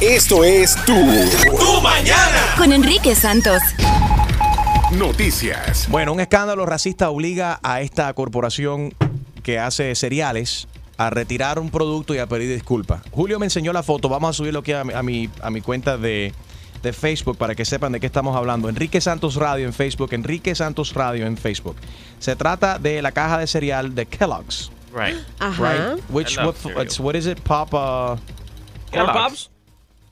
Esto es Tu, tu Mañana. Con Enrique Santos. Noticias. Bueno, un escándalo racista obliga a esta corporación que hace cereales a retirar un producto y a pedir disculpas. Julio me enseñó la foto, vamos a subirlo aquí a mi, a mi, a mi cuenta de, de Facebook para que sepan de qué estamos hablando. Enrique Santos Radio en Facebook, Enrique Santos Radio en Facebook. Se trata de la caja de cereal de Kellogg's. Right. Ajá. Right? Which I love what, cereal. it's- what is it? Pop uh, Corn Kellogg's. pops?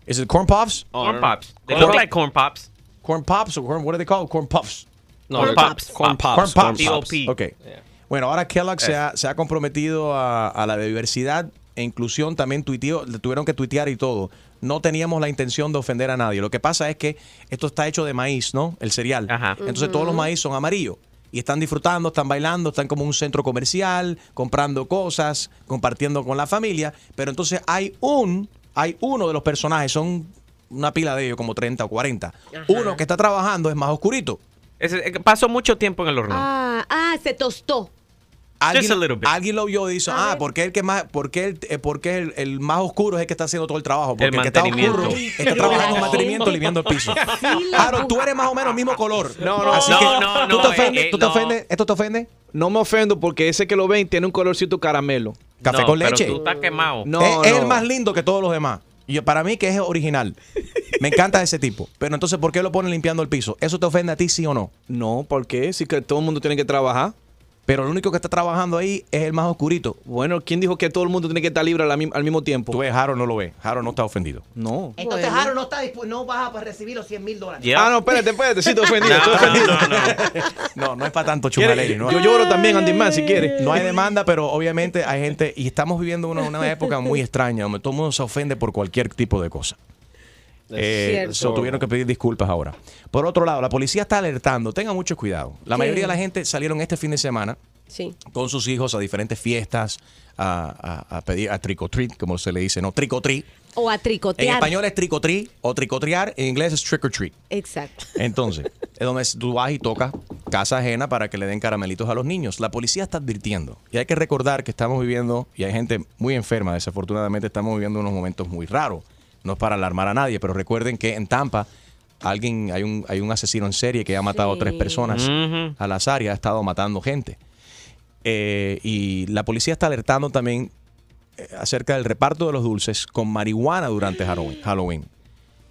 is it corn puffs? Corn pops. They Corn look Pop- like corn pops. Corn pops or corn what are they called? Corn puffs. No, Corn they're- Pops. Corn pops. Corn pops. Corn pops. P.O.P.. Ok. Yeah. Eh. Bueno, ahora Kellogg se ha, se ha comprometido a, a la diversidad e inclusión, también tuiteó, le tuvieron que tuitear y todo. No teníamos la intención de ofender a nadie. Lo que pasa es que esto está hecho de maíz, ¿no? El cereal. Ajá. Entonces todos los maíz son amarillos. Y están disfrutando, están bailando, están como en un centro comercial, comprando cosas, compartiendo con la familia. Pero entonces hay un, hay uno de los personajes, son una pila de ellos, como 30 o 40. Uno que está trabajando es más oscurito. Ese- eh, pasó mucho tiempo en el horno. Ah, ah, se tostó. Alguien, Just a little bit. alguien lo vio y dice, A ah, ver. ¿por qué el que más, por qué el, eh, por qué el, el más oscuro es el que está haciendo todo el trabajo? Porque El que está mantenimiento. oscuro está trabajando en No. mantenimiento limpiando el piso. Claro, tú eres más o menos el mismo color. No, no, Así no, que, no, ¿tú no, te ofendes? eh, eh, ¿Tú te no. ofendes? ¿Esto te ofende? No me ofendo porque ese que lo ven tiene un colorcito caramelo. Café No, con pero leche. tú estás quemado. No, es, es el no. más lindo que todos los demás. Y yo- para mí que es original. Me encanta ese tipo. Pero entonces, ¿por qué lo ponen limpiando el piso? ¿Eso te ofende a ti, sí o no? No, ¿por qué? Si que todo el mundo tiene que trabajar. Pero el único que está trabajando ahí es el más oscurito. Bueno, ¿quién dijo que todo el mundo tiene que estar libre a la mi- al mismo tiempo? Tú ves, Jaro no lo ve. Jaro no está ofendido. No. Entonces Bueno. Harold no está dispu- no vas a recibir los 100 mil dólares. Yeah. Ah, no, espérate, espérate. Sí, te ofendí. No, estoy no, ofendido. no, no. No, no es para tanto chumaleri. No, Yo lloro también, Andy Man, si quieres. No hay demanda, pero obviamente hay gente, y estamos viviendo una, una época muy extraña, donde todo el mundo se ofende por cualquier tipo de cosa. Eh, cierto. so tuvieron que pedir disculpas ahora. Por otro lado, la policía está alertando, tengan mucho cuidado. La Sí. mayoría de la gente salieron este fin de semana Sí. con sus hijos a diferentes fiestas, a, a- a pedir a tricotrit, como se le dice, ¿no? Tricotrit. O a En tricotear. español es tricotrit o tricotrear, en inglés es trick or treat. Exacto. Entonces, es donde tú vas y tocas casa ajena para que le den caramelitos a los niños. La policía está advirtiendo. Y hay que recordar que estamos viviendo, y hay gente muy enferma, desafortunadamente estamos viviendo unos momentos muy raros. No es para alarmar a nadie, pero recuerden que en Tampa alguien, hay un, hay un asesino en serie que ha matado a tres Sí. personas Ujú. al azar y ha estado matando gente. Eh, y la policía está alertando también eh, acerca del reparto de los dulces con marihuana durante Halloween- Halloween.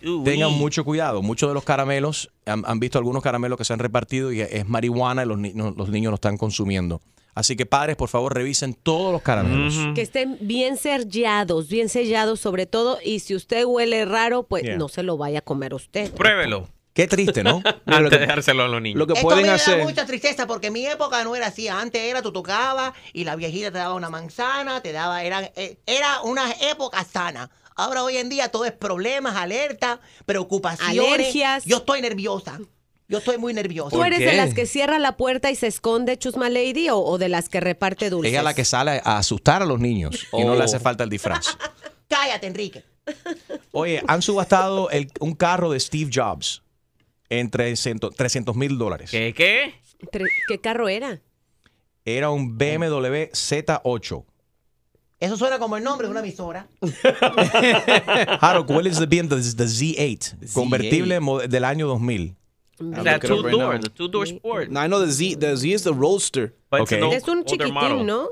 Uy. Tengan mucho cuidado. Muchos de los caramelos, han, han visto algunos caramelos que se han repartido y es marihuana y los, ni- no- los niños lo están consumiendo. Así que padres, por favor, revisen todos los caramelos. Que estén bien sellados, bien sellados sobre todo. Y si usted huele raro, pues Yeah. no se lo vaya a comer usted. Pruébelo. Qué triste, ¿no? Mira, lo Antes de que- dejárselo a los niños. Lo que Esto pueden me hacer. da mucha tristeza porque en mi época no era así. Antes era tú tocabas y la viejita te daba una manzana, te daba era eh, era una época sana. Ahora hoy en día todo es problemas, alertas, preocupaciones. Alergias. Yo estoy nerviosa. Yo estoy muy nerviosa. ¿Tú eres qué? de las que cierra la puerta y se esconde, Chusma Lady, o, o de las que reparte dulces? Ella es la que sale a asustar a los niños y no Oh. le hace falta el disfraz. Cállate, Enrique. Oye, han subastado el- un carro de Steve Jobs en 300 mil dólares. ¿Qué? ¿Qué? Tre- ¿Qué carro era? Era un BMW Z8. Eso suena como el nombre de una emisora. Harold, ¿cuál es el BMW? The Z8, convertible mo- del año 2000. O I'm looking sea, up two right door, now. the two door sport. No, I know the Z, the Z is the roadster. But it's Okay. an old- Es un older chiquitín, model. ¿no?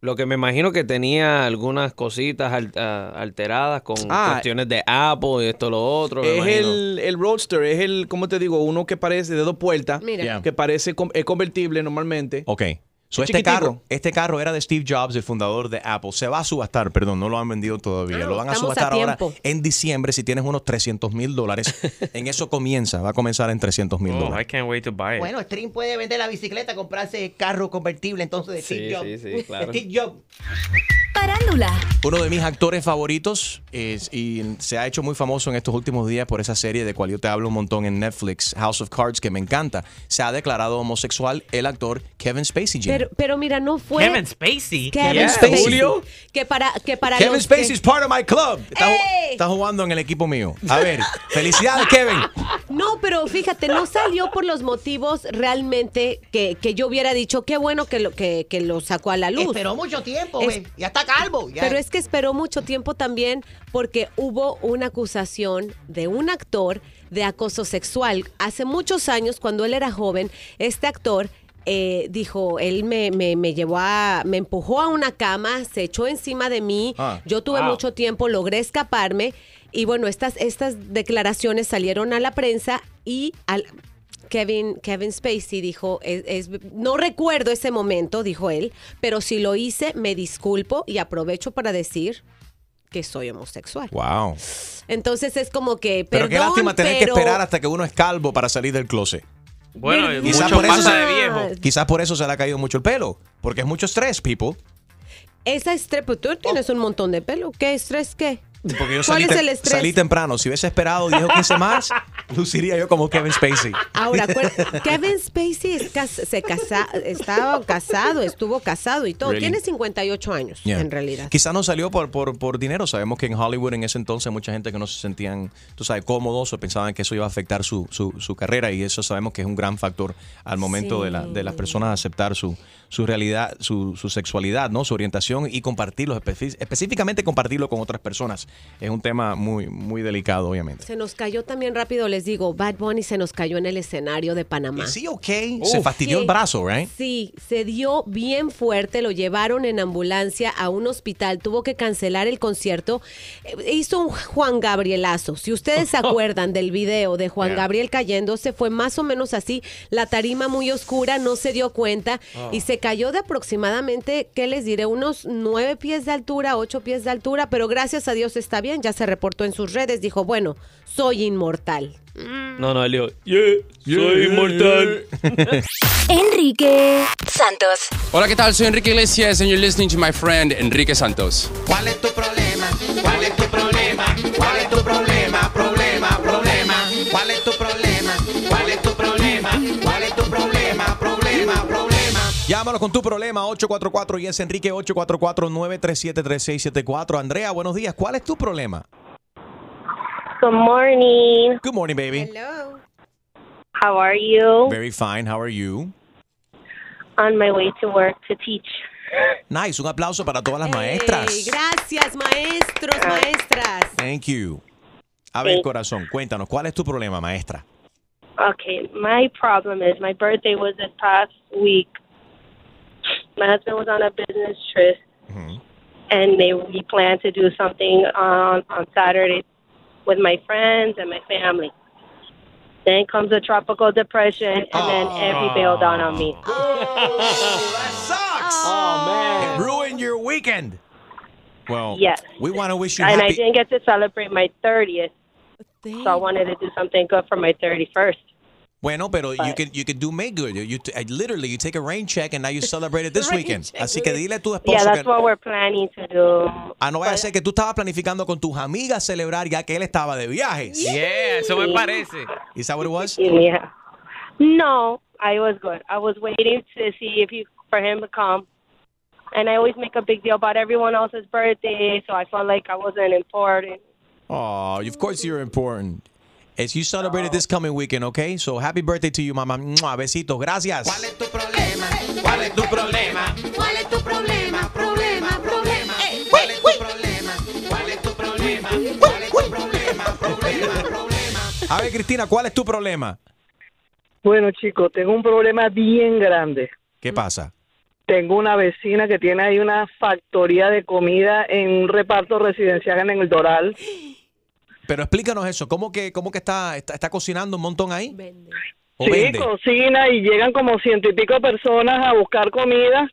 Lo que me imagino que tenía algunas cositas al- ah, alteradas con Ah. cuestiones de Apple y esto lo otro. me Es imagino. el, el roadster, es el, ¿cómo te digo? Uno que parece de dos puertas, Mira. Yeah. que parece com- es convertible normalmente. Ok. So, Es este, chiquitico. carro, este carro era de Steve Jobs, el fundador de Apple. Se va a subastar, perdón, no lo han vendido todavía. Ah, lo van a estamos a subastar ahora tiempo. en diciembre si tienes unos 300 mil dólares. en eso comienza, va a comenzar en 300 mil Oh, I dólares. can't wait to buy it. Bueno, Stream puede vender la bicicleta, comprarse el carro convertible entonces de Steve Sí, Jobs. sí, sí, claro. Steve Jobs. Parándula. Uno de mis actores favoritos es- y se ha hecho muy famoso en estos últimos días por esa serie de cual yo te hablo un montón en Netflix, House of Cards, que me encanta. Se ha declarado homosexual el actor Kevin Spacey Jr. Pero, pero mira, no fue. Kevin Spacey. Kevin Yes. Spacey. Julio. Que para, que para Kevin los que- ¡Eh! Spacey is part of my club. Está, ju- ¡Ey! está jugando en el equipo mío. A ver, felicidades, Kevin. No, pero fíjate, no salió por los motivos realmente que, que yo hubiera dicho, qué bueno que lo, que, que lo sacó a la luz. Esperó mucho tiempo, Es- güey. Ya está calvo. ya. Pero es que esperó mucho tiempo también porque hubo una acusación de un actor de acoso sexual. Hace muchos años, cuando él era joven, este actor eh, dijo, él me, me- me llevó a, me empujó a una cama, se echó encima de mí, Ah, yo tuve wow. mucho tiempo, logré escaparme y bueno, estas, estas declaraciones salieron a la prensa y al... Kevin, Kevin Spacey dijo, es, es- no recuerdo ese momento, dijo él, pero si lo hice, me disculpo y aprovecho para decir que soy homosexual. Wow. Entonces es como que, perdón, Pero qué lástima tener pero- que esperar hasta que uno es calvo para salir del closet. Bueno, Verdad. Quizás mucho por, eso pasa se- de viejo. quizás por eso se le ha caído mucho el pelo. Porque es mucho estrés, people. Esa estrés, pues, tú tienes Oh. un montón de pelo, ¿qué estrés qué? Porque yo ¿Cuál salí, es te- el estrés? salí temprano. Si hubiese esperado 10 o 15 más, luciría yo como Kevin Spacey. Ahora, acuer- Kevin Spacey es cas- se casa estaba casado, estuvo casado y todo. Really? Tiene 58 años, en realidad. Quizás no salió por, por, por dinero. Sabemos que en Hollywood en ese entonces mucha gente que no se sentían, tú sabes, cómodos o pensaban que eso iba a afectar su, su, su carrera y eso sabemos que es un gran factor al momento de, la- de las personas aceptar su, su realidad, su, su sexualidad, ¿no? su orientación y compartirlo, espe- específicamente compartirlo con otras personas. Es un tema muy, muy delicado, obviamente. Se nos cayó también rápido, les digo, Bad Bunny se nos cayó en el escenario de Panamá. ¿Sí ok? Se Uf. fastidió el Sí. brazo, ¿right? Sí, se dio bien fuerte, lo llevaron en ambulancia a un hospital, tuvo que cancelar el concierto. Eh, Hizo un Juan Gabrielazo. Si ustedes se acuerdan del video de Juan Gabriel cayéndose, fue más o menos así, la tarima muy oscura, no se dio cuenta y se cayó de aproximadamente, ¿qué les diré? Unos nueve pies de altura, ocho pies de altura, pero gracias a Dios está bien, ya se reportó en sus redes, dijo, bueno, soy inmortal. No, no, él dijo, "Yeah, soy inmortal. Enrique Santos. Hola, ¿qué tal? Soy Enrique Iglesias and you're listening to my friend Enrique Santos. ¿Cuál es tu problema? ¿Cuál es tu problema? ¿Cuál es tu problema? Problema, problema. ¿Cuál es tu problema? ¿Cuál es tu problema? ¿Cuál es tu problema? Problema, problema. Llámanos con tu problema 844 y es Enrique 844-937-3674. Andrea, buenos días. ¿Cuál es tu problema? Good morning. Good morning, baby. Hello. How are you? Very fine. How are you? On my way to work to teach. Nice. Un aplauso para todas las Ey, maestras. Gracias, maestros, Uh, maestras. Thank you. A ver, Sí. corazón, cuéntanos, ¿cuál es tu problema, maestra? Okay, my problem is my birthday was this past week. My husband was on a business trip, and they we planned to do something on on Saturday with my friends and my family. Then comes a tropical depression, and then every bailed out on me. Ruin your weekend. Well, Yes. we want to wish you And I happy. didn't get to celebrate my 30th, so I wanted to do something good for my 31st. Bueno, pero you Bye. can you can do make good. You, you t- I literally you take a rain check and now you celebrate it this Rain weekend. check, Así que really. dile a tu Yeah, esposo that's que what we're planning to do. Ah, no vaya a ser que tú estabas planificando con tus amigas celebrar ya que él estaba de viajes. Yeah, eso me parece. Is that what it was? Yeah. No, I was good. I was waiting to see if you for him to come. And I always make a big deal about everyone else's birthday, so I felt like I wasn't important. Oh, of course you're important. As you celebrated this coming weekend, okay? So happy birthday to you, mamá. Mua, Besitos, gracias. ¿Cuál es tu problema? ¿Cuál es tu problema? ¿Cuál es tu problema? Problema, problema. Ey, ¿Cuál es tu problema? ¿Cuál es tu problema? ¿Cuál es tu problema? Problema, problema. A ver, Cristina, ¿cuál es tu problema? Bueno, chicos, tengo un problema bien grande. Mm. ¿Qué pasa? Tengo una vecina que tiene ahí una factoría de comida en un reparto residencial en el Doral. Pero explícanos eso. ¿Cómo que, cómo que está, está, está cocinando un montón ahí? ¿O Sí, vende? cocina y llegan como ciento y pico de personas a buscar comida.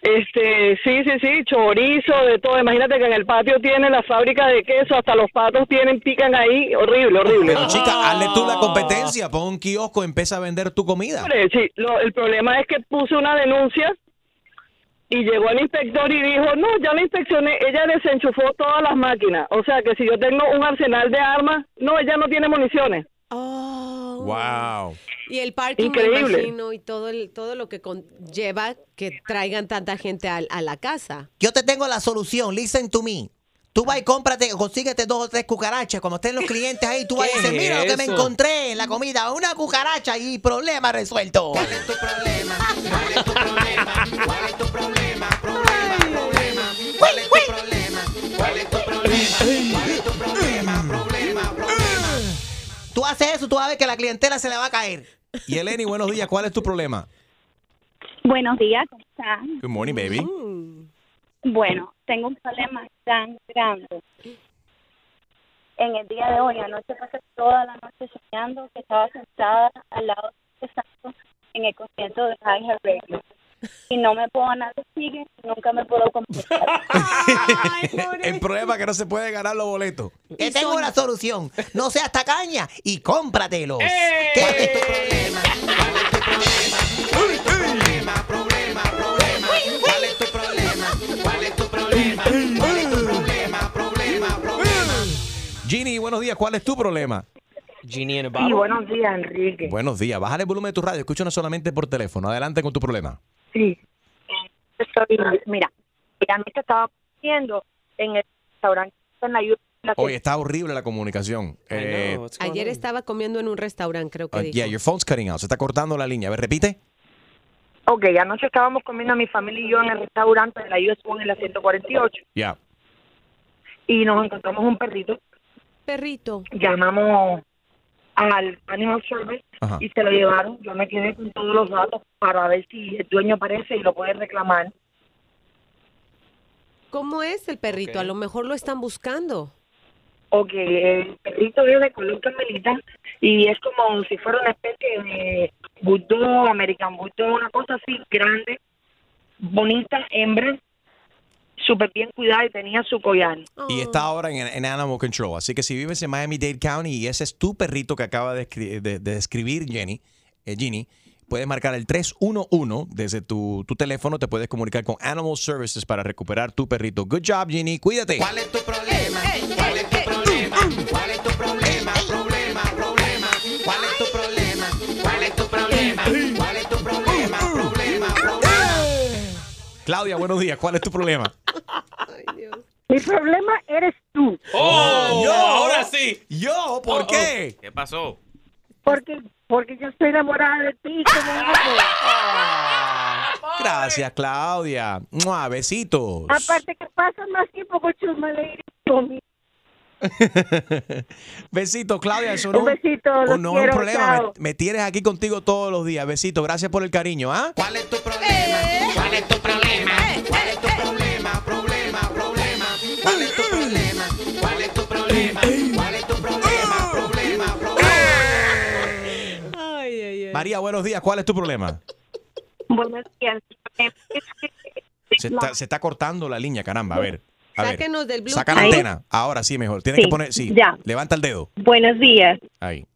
Este, sí, sí, sí, chorizo, de todo. Imagínate que en el patio tiene la fábrica de queso, hasta los patos tienen, pican ahí. Horrible, horrible. Pero chica, hazle tú la competencia. Pon un kiosco, empieza a vender tu comida. Hombre, sí, lo- el problema es que puse una denuncia y llegó el inspector y dijo, no, ya la inspeccioné, ella desenchufó todas las máquinas. O sea que si yo tengo un arsenal de armas, no, ella no tiene municiones. Oh, Wow. Y el parking, me Increíble. imagino, y todo, el, todo lo que conlleva que traigan tanta gente al- a, la casa. Yo te tengo la solución, listen to me. Tú Ah. vas y cómprate, consíguete dos o tres cucarachas. Cuando estén los clientes ahí, tú vas y ¿Qué dices, es mira lo que me eso? encontré en la comida, una cucaracha y problema resuelto. ¿Cuál es tu problema? ¿Cuál es tu problema? ¿Cuál es tu problema? Problema, problema. Tú haces eso, tú vas a ver que la clientela se le va a caer. Y Eleni, buenos días. ¿Cuál es tu problema? Buenos días, ¿cómo están? Good morning, baby. Bueno, tengo un problema tan grande. En el día de hoy, anoche pasé toda la noche soñando que estaba sentada al lado de Santo en el concierto de High Hat Radio. Y no me puedo nada sigue, nunca me puedo comprar. el problema es que no se puede ganar los boletos. Te tengo una solución. No seas tacaña y cómpratelos. ¡Eh! ¿Cuál es tu problema? ¿Cuál es tu problema? ¿Cuál es tu problema? Problema, problema. Ginny, buenos días. ¿Cuál es tu problema? Ginny en Sí, buenos días, Enrique. Buenos días. Bájale el volumen de tu radio. Escúchanos solamente por teléfono. Adelante con tu problema. Sí. Yo soy- mira, mira, a mí se estaba poniendo en el restaurante en la ayuda. Oye, está horrible la comunicación. Eh, Ayer estaba comiendo en un restaurante, creo que uh, dijo. yeah, your phone's cutting out. Se está cortando la línea. A ver, repite. Ok, anoche estábamos comiendo mi familia y yo en el restaurante de la US One en la 148 Ya. y nos encontramos un perrito. Perrito. Llamamos al Animal Service Ajá. y se lo llevaron. Yo me quedé con todos los datos para ver si el dueño aparece y lo puede reclamar. ¿Cómo es el perrito? A lo mejor lo están buscando. Ok, el perrito es de color carmelita y es como si fuera una especie de bulldog, American bulldog, una cosa así grande, bonita, hembra, súper bien cuidada y tenía su collar. Y está Oh. ahora en, en Animal Control. Así que si vives en Miami-Dade County y ese es tu perrito que acaba de, escri- de- de describir Jenny, eh, Ginny, puedes marcar el 311 desde tu, tu teléfono. Te puedes comunicar con Animal Services para recuperar tu perrito. Good job, Ginny. Cuídate. ¿Cuál es tu problema? ¿Cuál es tu problema? ¿Cuál es tu problema? Problema, problema. ¿Cuál es tu problema? ¿Cuál es tu problema? ¿Cuál es tu problema? Problema, problema. Claudia, buenos días. ¿Cuál es tu problema? Mi problema eres tú. ¡Oh! Yo. ¡Ahora sí! ¡Yo! ¿Por qué? Oh, ¿Qué pasó? Porque, porque yo estoy enamorada de ti. ¿cómo hago? Gracias, Claudia. Mua, Besitos. Aparte que pasas más tiempo con tus maleiros conmigo. Besitos, Claudia. Eso no, Un besito, oh, los no es quiero, un problema. chao. Me, me tienes aquí contigo todos los días. Besitos. Gracias por el cariño. ¿ah? ¿Cuál es tu problema? ¿Cuál es tu problema? ¿Cuál es tu problema? Problema, problema. ¿Cuál es tu problema? ¿Cuál es tu problema? ¿Cuál es tu problema? Problema, María, buenos días. ¿Cuál es tu problema? Buenos días. Se está, se está cortando la línea, caramba. A ver. A ver. Sáquenos del Bluetooth. Saca la antena. Ahora sí, mejor. Tienes Sí, que poner. Sí. ya. Levanta el dedo. Buenos días. Ahí.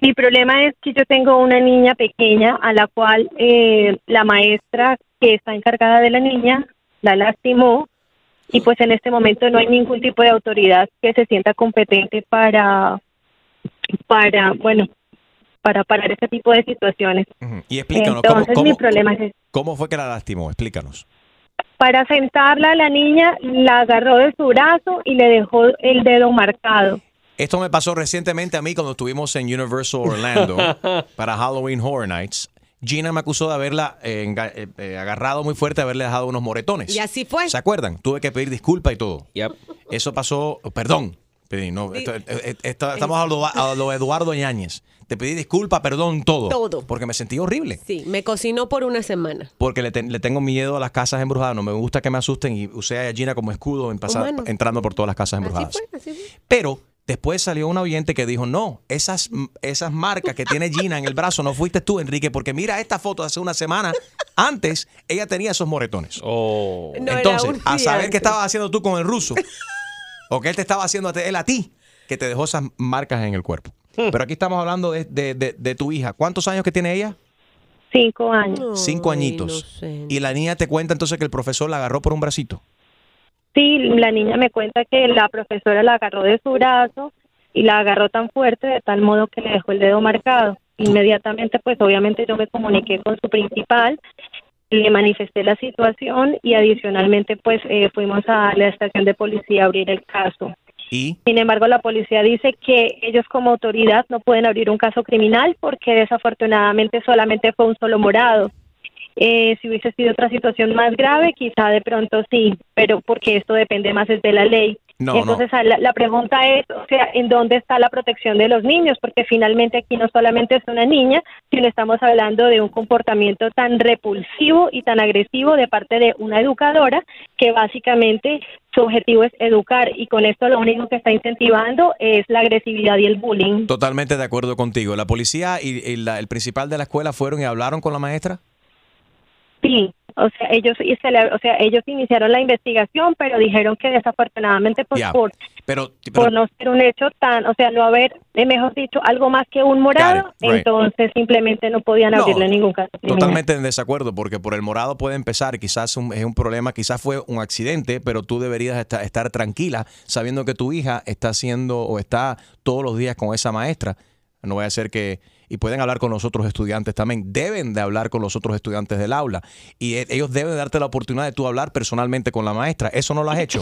Mi problema es que yo tengo una niña pequeña a la cual eh, la maestra que está encargada de la niña la lastimó y pues en este momento no hay ningún tipo de autoridad que se sienta competente para para bueno para parar este tipo de situaciones. Ujú. Y explícanos. ¿cómo, Entonces mi cómo, problema es este. cómo fue que la lastimó? Explícanos. para sentarla la niña la agarró de su brazo y le dejó el dedo marcado. Esto me pasó recientemente a mí cuando estuvimos en Universal Orlando para Halloween Horror Nights. Gina me acusó de haberla eh, enga- eh, eh, agarrado muy fuerte, haberle dejado unos moretones. Y así fue. ¿Se acuerdan? Tuve que pedir disculpa y todo. Eso pasó, oh, perdón. Pedí, no, Di- esto- eh, esto- estamos a lo, a lo Eduardo Ñañez. Te pedí disculpa, perdón, todo. Todo. Porque me sentí horrible. Sí, me cocinó por una semana. Porque le, ten- le tengo miedo a las casas embrujadas. No me gusta que me asusten y usé a Gina como escudo en pasar- Humano. entrando por todas las casas embrujadas. Pero después salió un oyente que dijo, no, esas, esas marcas que tiene Gina en el brazo no fuiste tú, Enrique, porque mira esta foto de hace una semana. Antes, ella tenía esos moretones. No, era Entonces, un a día saber antes. qué estabas haciendo tú con el ruso, o que él te estaba haciendo a ti- él a ti, que te dejó esas marcas en el cuerpo. Pero aquí estamos hablando de, de- de- de tu hija. ¿Cuántos años que tiene ella? Cinco años. Cinco añitos. Y la niña te cuenta entonces que el profesor la agarró por un bracito. Sí, la niña me cuenta que la profesora la agarró de su brazo y la agarró tan fuerte de tal modo que le dejó el dedo marcado. Inmediatamente, pues obviamente yo me comuniqué con su principal, le manifesté la situación y adicionalmente, pues eh, fuimos a la estación de policía a abrir el caso. ¿Y? Sin embargo, la policía dice que ellos como autoridad no pueden abrir un caso criminal porque desafortunadamente solamente fue un solo morado. Eh, si hubiese sido otra situación más grave, quizá de pronto sí, pero porque esto depende más es de la ley. No, no. Entonces, a la, la pregunta es, o sea, ¿en dónde está la protección de los niños? Porque finalmente aquí no solamente es una niña, sino estamos hablando de un comportamiento tan repulsivo y tan agresivo de parte de una educadora que básicamente su objetivo es educar y con esto lo único que está incentivando es la agresividad y el bullying. Totalmente de acuerdo contigo. ¿La policía y, y la- el principal de la escuela fueron y hablaron con la maestra? Sí, o sea, ellos y se le- o sea, ellos iniciaron la investigación, pero dijeron que desafortunadamente pues Ya, por Pero, por no ser un hecho tan, o sea, no haber, eh, mejor dicho, algo más que un morado, right. entonces simplemente no podían No, abrirle ningún caso. criminal. Totalmente en desacuerdo, porque por el morado puede empezar, quizás un- es un problema, quizás fue un accidente, pero tú deberías esta- estar tranquila sabiendo que tu hija está haciendo o está todos los días con esa maestra. No vaya a ser que... Y pueden hablar con los otros estudiantes también. Deben de hablar con los otros estudiantes del aula. Y e- ellos deben darte la oportunidad de tú hablar personalmente con la maestra. Eso no lo has hecho.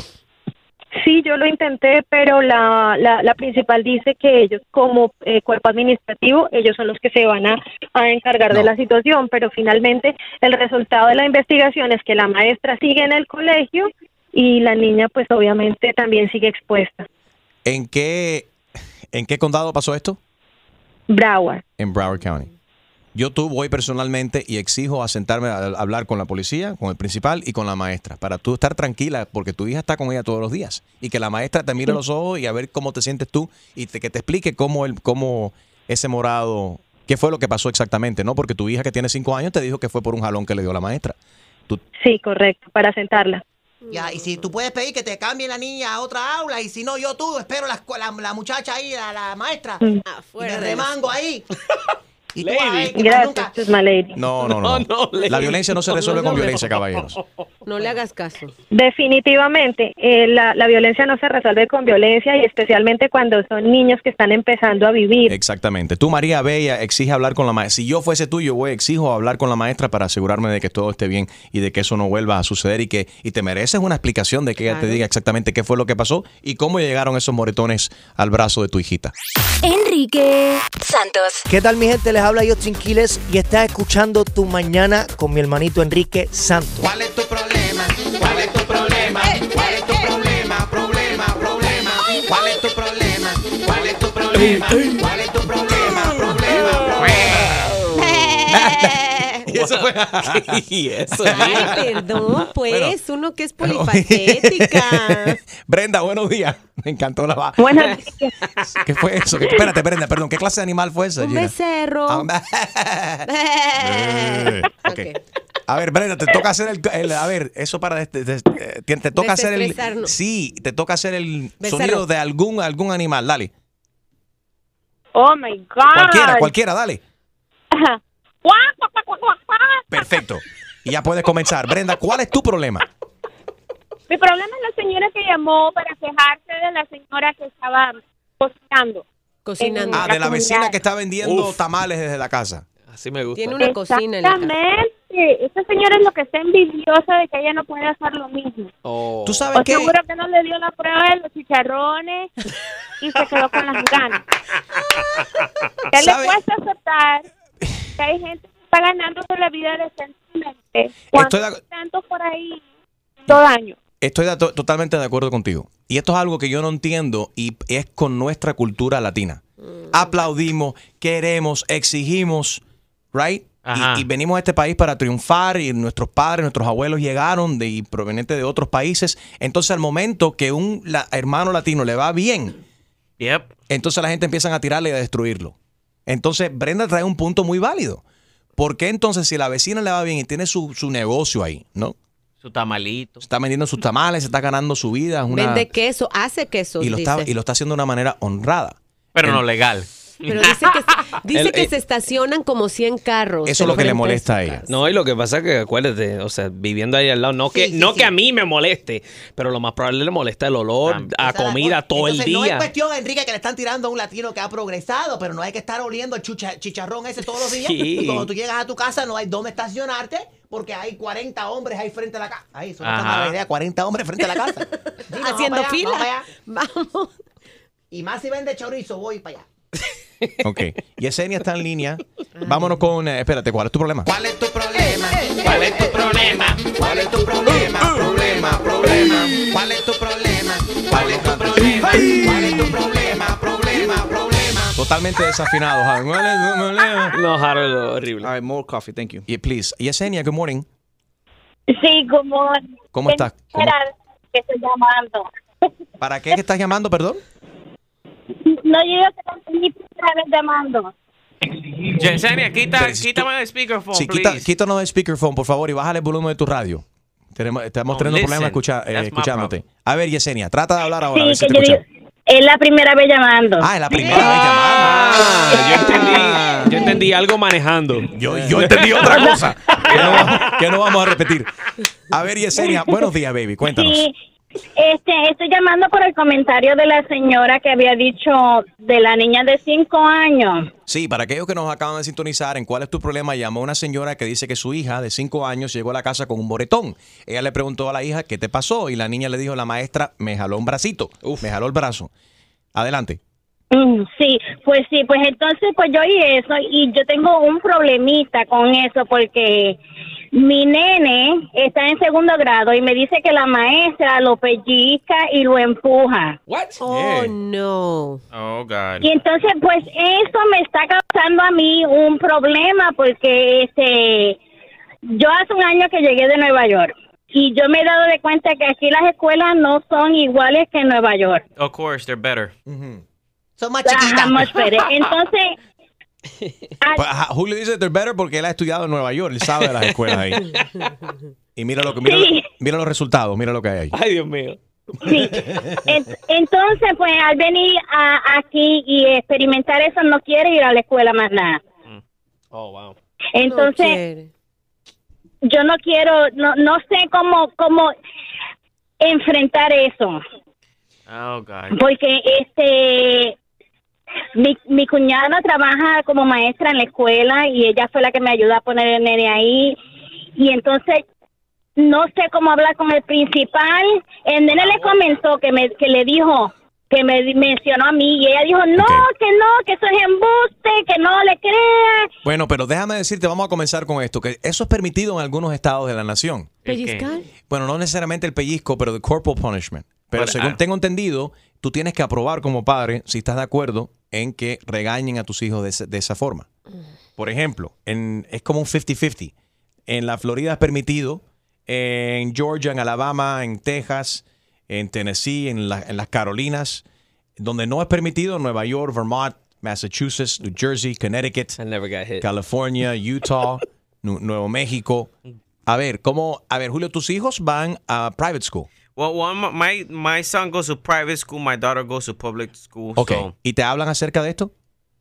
Sí, yo lo intenté, pero la, la, la principal dice que ellos como eh, cuerpo administrativo, ellos son los que se van a, a encargar de la situación, pero finalmente el resultado de la investigación es que la maestra sigue en el colegio y la niña pues obviamente también sigue expuesta. ¿En qué, ¿en qué condado pasó esto? Broward. en Broward County. Yo tú voy personalmente y exijo a sentarme a a hablar con la policía, con el principal y con la maestra, para tú estar tranquila, porque tu hija está con ella todos los días. Y que la maestra te mire a los ojos y a ver cómo te sientes tú y te- que te explique cómo, el, cómo ese morado, qué fue lo que pasó exactamente, ¿no? Porque tu hija que tiene cinco años te dijo que fue por un jalón que le dio la maestra. Tú- Sí, correcto, para sentarla. Ya, y si tú puedes pedir que te cambien la niña a otra aula, y si no, yo tú espero la, escu- la, la muchacha ahí, la, la maestra, Mm. y me de la remango ahí. Y tú vas a ver que más nunca- Gracias, Chusma Lady. No, no, no. la violencia no se resuelve con violencia, caballeros. No le hagas caso. Definitivamente, eh, la, la violencia no se resuelve con violencia y especialmente cuando son niños que están empezando a vivir. Exactamente. Tú, María Bella, exige hablar con la maestra. Si yo fuese tú, yo voy, exijo hablar con la maestra para asegurarme de que todo esté bien y de que eso no vuelva a suceder y que y te mereces una explicación de que ella te Claro. diga exactamente qué fue lo que pasó y cómo llegaron esos moretones al brazo de tu hijita. Enrique Santos. ¿Qué tal mi gente? Les habla Justin Quiles y estás escuchando Tu Mañana con mi hermanito Enrique Santos. ¿Cuál es tu problema? ¿Cuál es tu problema? ¿Cuál es tu problema? Problema, problema. ¿Cuál es tu problema? ¿Cuál es tu problema? ¿Cuál es tu problema? Problema, problema. Y eso fue. y eso. Ay, perdón, pues, uno que es polipatética. Brenda, buenos días. Me encantó la va. Buenas ¿Qué fue eso? Espérate, Brenda, perdón. ¿Qué clase de animal fue ese? Un Gina? becerro. Ah, un Eh, ok. A ver, Brenda, te toca hacer el, el- a ver, eso para este- des- eh, te, te toca hacer el Desestresarnos. sí, te toca hacer el Becerro. sonido de algún algún animal, dale. Oh my God. Cualquiera, cualquiera, dale. Ajá. Cuac, cuac, cuac, cuac, cuac, cuac. Perfecto. Y ya puedes comenzar. Brenda, ¿cuál es tu problema? Mi problema es la señora que llamó para quejarse de la señora que estaba cocinando. Cocinando. Ah, de la vecina comunidad. que está vendiendo Uf. tamales desde la casa. Así me gusta. Exactamente. Esta señora es lo que está envidiosa de que ella no puede hacer lo mismo. Oh. ¿Tú sabes O qué? Pues Seguro que no le dio la prueba de los chicharrones y se quedó con las ganas. ¿Qué le ¿Sabe? cuesta aceptar que hay gente que está ganando por la vida decentemente? Estoy Cuando de- hay tantos por ahí, todo daño. Estoy de- to- totalmente de acuerdo contigo. Y esto es algo que yo no entiendo y es con nuestra cultura latina. Aplaudimos, queremos, exigimos, ¿right? Y, y venimos a este país para triunfar y nuestros padres, nuestros abuelos llegaron de, y provenientes de otros países. Entonces al momento que un la- hermano latino le va bien, entonces la gente empiezan a tirarle y a destruirlo. Entonces Brenda trae un punto muy válido. ¿Por qué entonces si la vecina le va bien y tiene su, su negocio ahí, ¿no? Su tamalito. Está vendiendo sus tamales, está ganando su vida. es Una, Vende queso, hace queso. y lo, está, dice. y lo está haciendo de una manera honrada. Pero no legal. Pero dice que, dice El- que eh, se estacionan como 100 carros. enfrente. a ella. No, y lo que pasa es que acuérdate, o sea, viviendo ahí al lado, no que, no que a mí me moleste, pero lo más probable le molesta el olor a comida todo el pues, Entonces, No es día. cuestión, Enrique, que le están tirando a un latino que ha progresado, pero no hay que estar oliendo el chucha- chicharrón ese todos los días. Sí. Y cuando tú llegas a tu casa no hay dónde estacionarte porque hay 40 hombres ahí frente a la casa. Ay, eso no está Ajá. mala idea, 40 hombres frente a la casa. vamos Haciendo para allá, fila. Vamos. para allá. Y más si vende chorizo, voy para allá. Ok. Yesenia está en línea. Vámonos con. eh, espérate, ¿cuál es tu problema? ¿Cuál es tu problema? ¿Cuál es tu problema? ¿Cuál es tu problema? Problema, problema. ¿Cuál es tu problema? ¿Cuál es tu problema? ¿Cuál es tu problema? Problema, problema. Totalmente desafinado, Harold. No, Harold, horrible. All right, more coffee, thank you. Yeah, please. Yesenia, good morning. Sí, como. ¿Cómo estás? ¿Cómo- Era que estoy llamando. ¿Para qué es que estás llamando, perdón? No, yo ya te ni primera vez llamando. Yesenia, quita, quítame el speakerphone, Sí, quita, please. quítanos el speakerphone, por favor, y bájale el volumen de tu radio. Tenemos, estamos No, teniendo listen. problemas escucha- eh, That's my escuchándote. A ver, Yesenia, trata de hablar ahora, a ver si Sí, te que yo digo. escuchamos. Es la primera vez llamando. Ah, es la primera Ah, yo entendí, yo entendí algo manejando. Yo, yo entendí otra cosa. Que no, vamos- que no vamos a repetir. A ver, Yesenia, buenos días, baby. Cuéntanos. Sí, este, estoy llamando por el comentario de la señora que había dicho de la niña de cinco años. Sí, para aquellos que nos acaban de sintonizar, ¿en cuál es tu problema? Llamó una señora que dice que su hija de 5 años llegó a la casa con un moretón. Ella le preguntó a la hija, ¿qué te pasó? Y la niña le dijo, la maestra, me jaló un bracito. Me jaló el brazo. Adelante. Mm, Sí, pues sí, pues entonces pues yo y eso y yo tengo un problemita con eso porque mi nene está en segundo grado y me dice que la maestra lo pellizca y lo empuja. Oh, no. Oh, God. Y entonces, pues eso me está causando a mí un problema porque este, yo hace un año que llegué de Nueva York y yo me he dado de cuenta que aquí las escuelas no son iguales que en Nueva York. Of course, they're better. Son más Ajá, más fere. Entonces, Pues, ajá, Julio dice, they're better porque él ha estudiado en Nueva York, él sabe de las escuelas ahí. Y mira, lo que, mira, lo- mira los resultados, mira lo que hay ahí. Ay, Dios mío. sí. En- entonces, pues al venir a- aquí y experimentar eso, no quiere ir a la escuela más nada. Oh, wow. Entonces, yo no quiero, no, no sé cómo, cómo enfrentar eso. Oh, God. Porque este mi, mi cuñada trabaja como maestra en la escuela y ella fue la que me ayudó a poner el nene ahí y entonces no sé cómo hablar con el principal. El nene le comentó que me que le dijo que me di- mencionó a mí y ella dijo no que no que eso es embuste que no le crean Bueno, pero déjame decirte, vamos a comenzar con esto, que eso es permitido en algunos estados de la nación. ¿Pellizcar? Bueno, no necesariamente el pellizco, pero the corporal punishment. Pero Bueno, según ah. tengo entendido, tú tienes que aprobar como padre si estás de acuerdo en que regañen a tus hijos de, ese- de esa forma. Por ejemplo, en, es como un 50-50. En la Florida es permitido, en Georgia, en Alabama, en Texas, en Tennessee, en, la- en las Carolinas. Donde no es permitido, Nueva York, Vermont, Massachusetts, New Jersey, Connecticut, California, Utah, Nu- Nuevo México. A ver, ¿cómo? A ver, Julio, tus hijos van a private school. Well, well I'm- my my son goes to private school, my daughter goes to public school. Ok. So, ¿Y te hablan acerca de esto?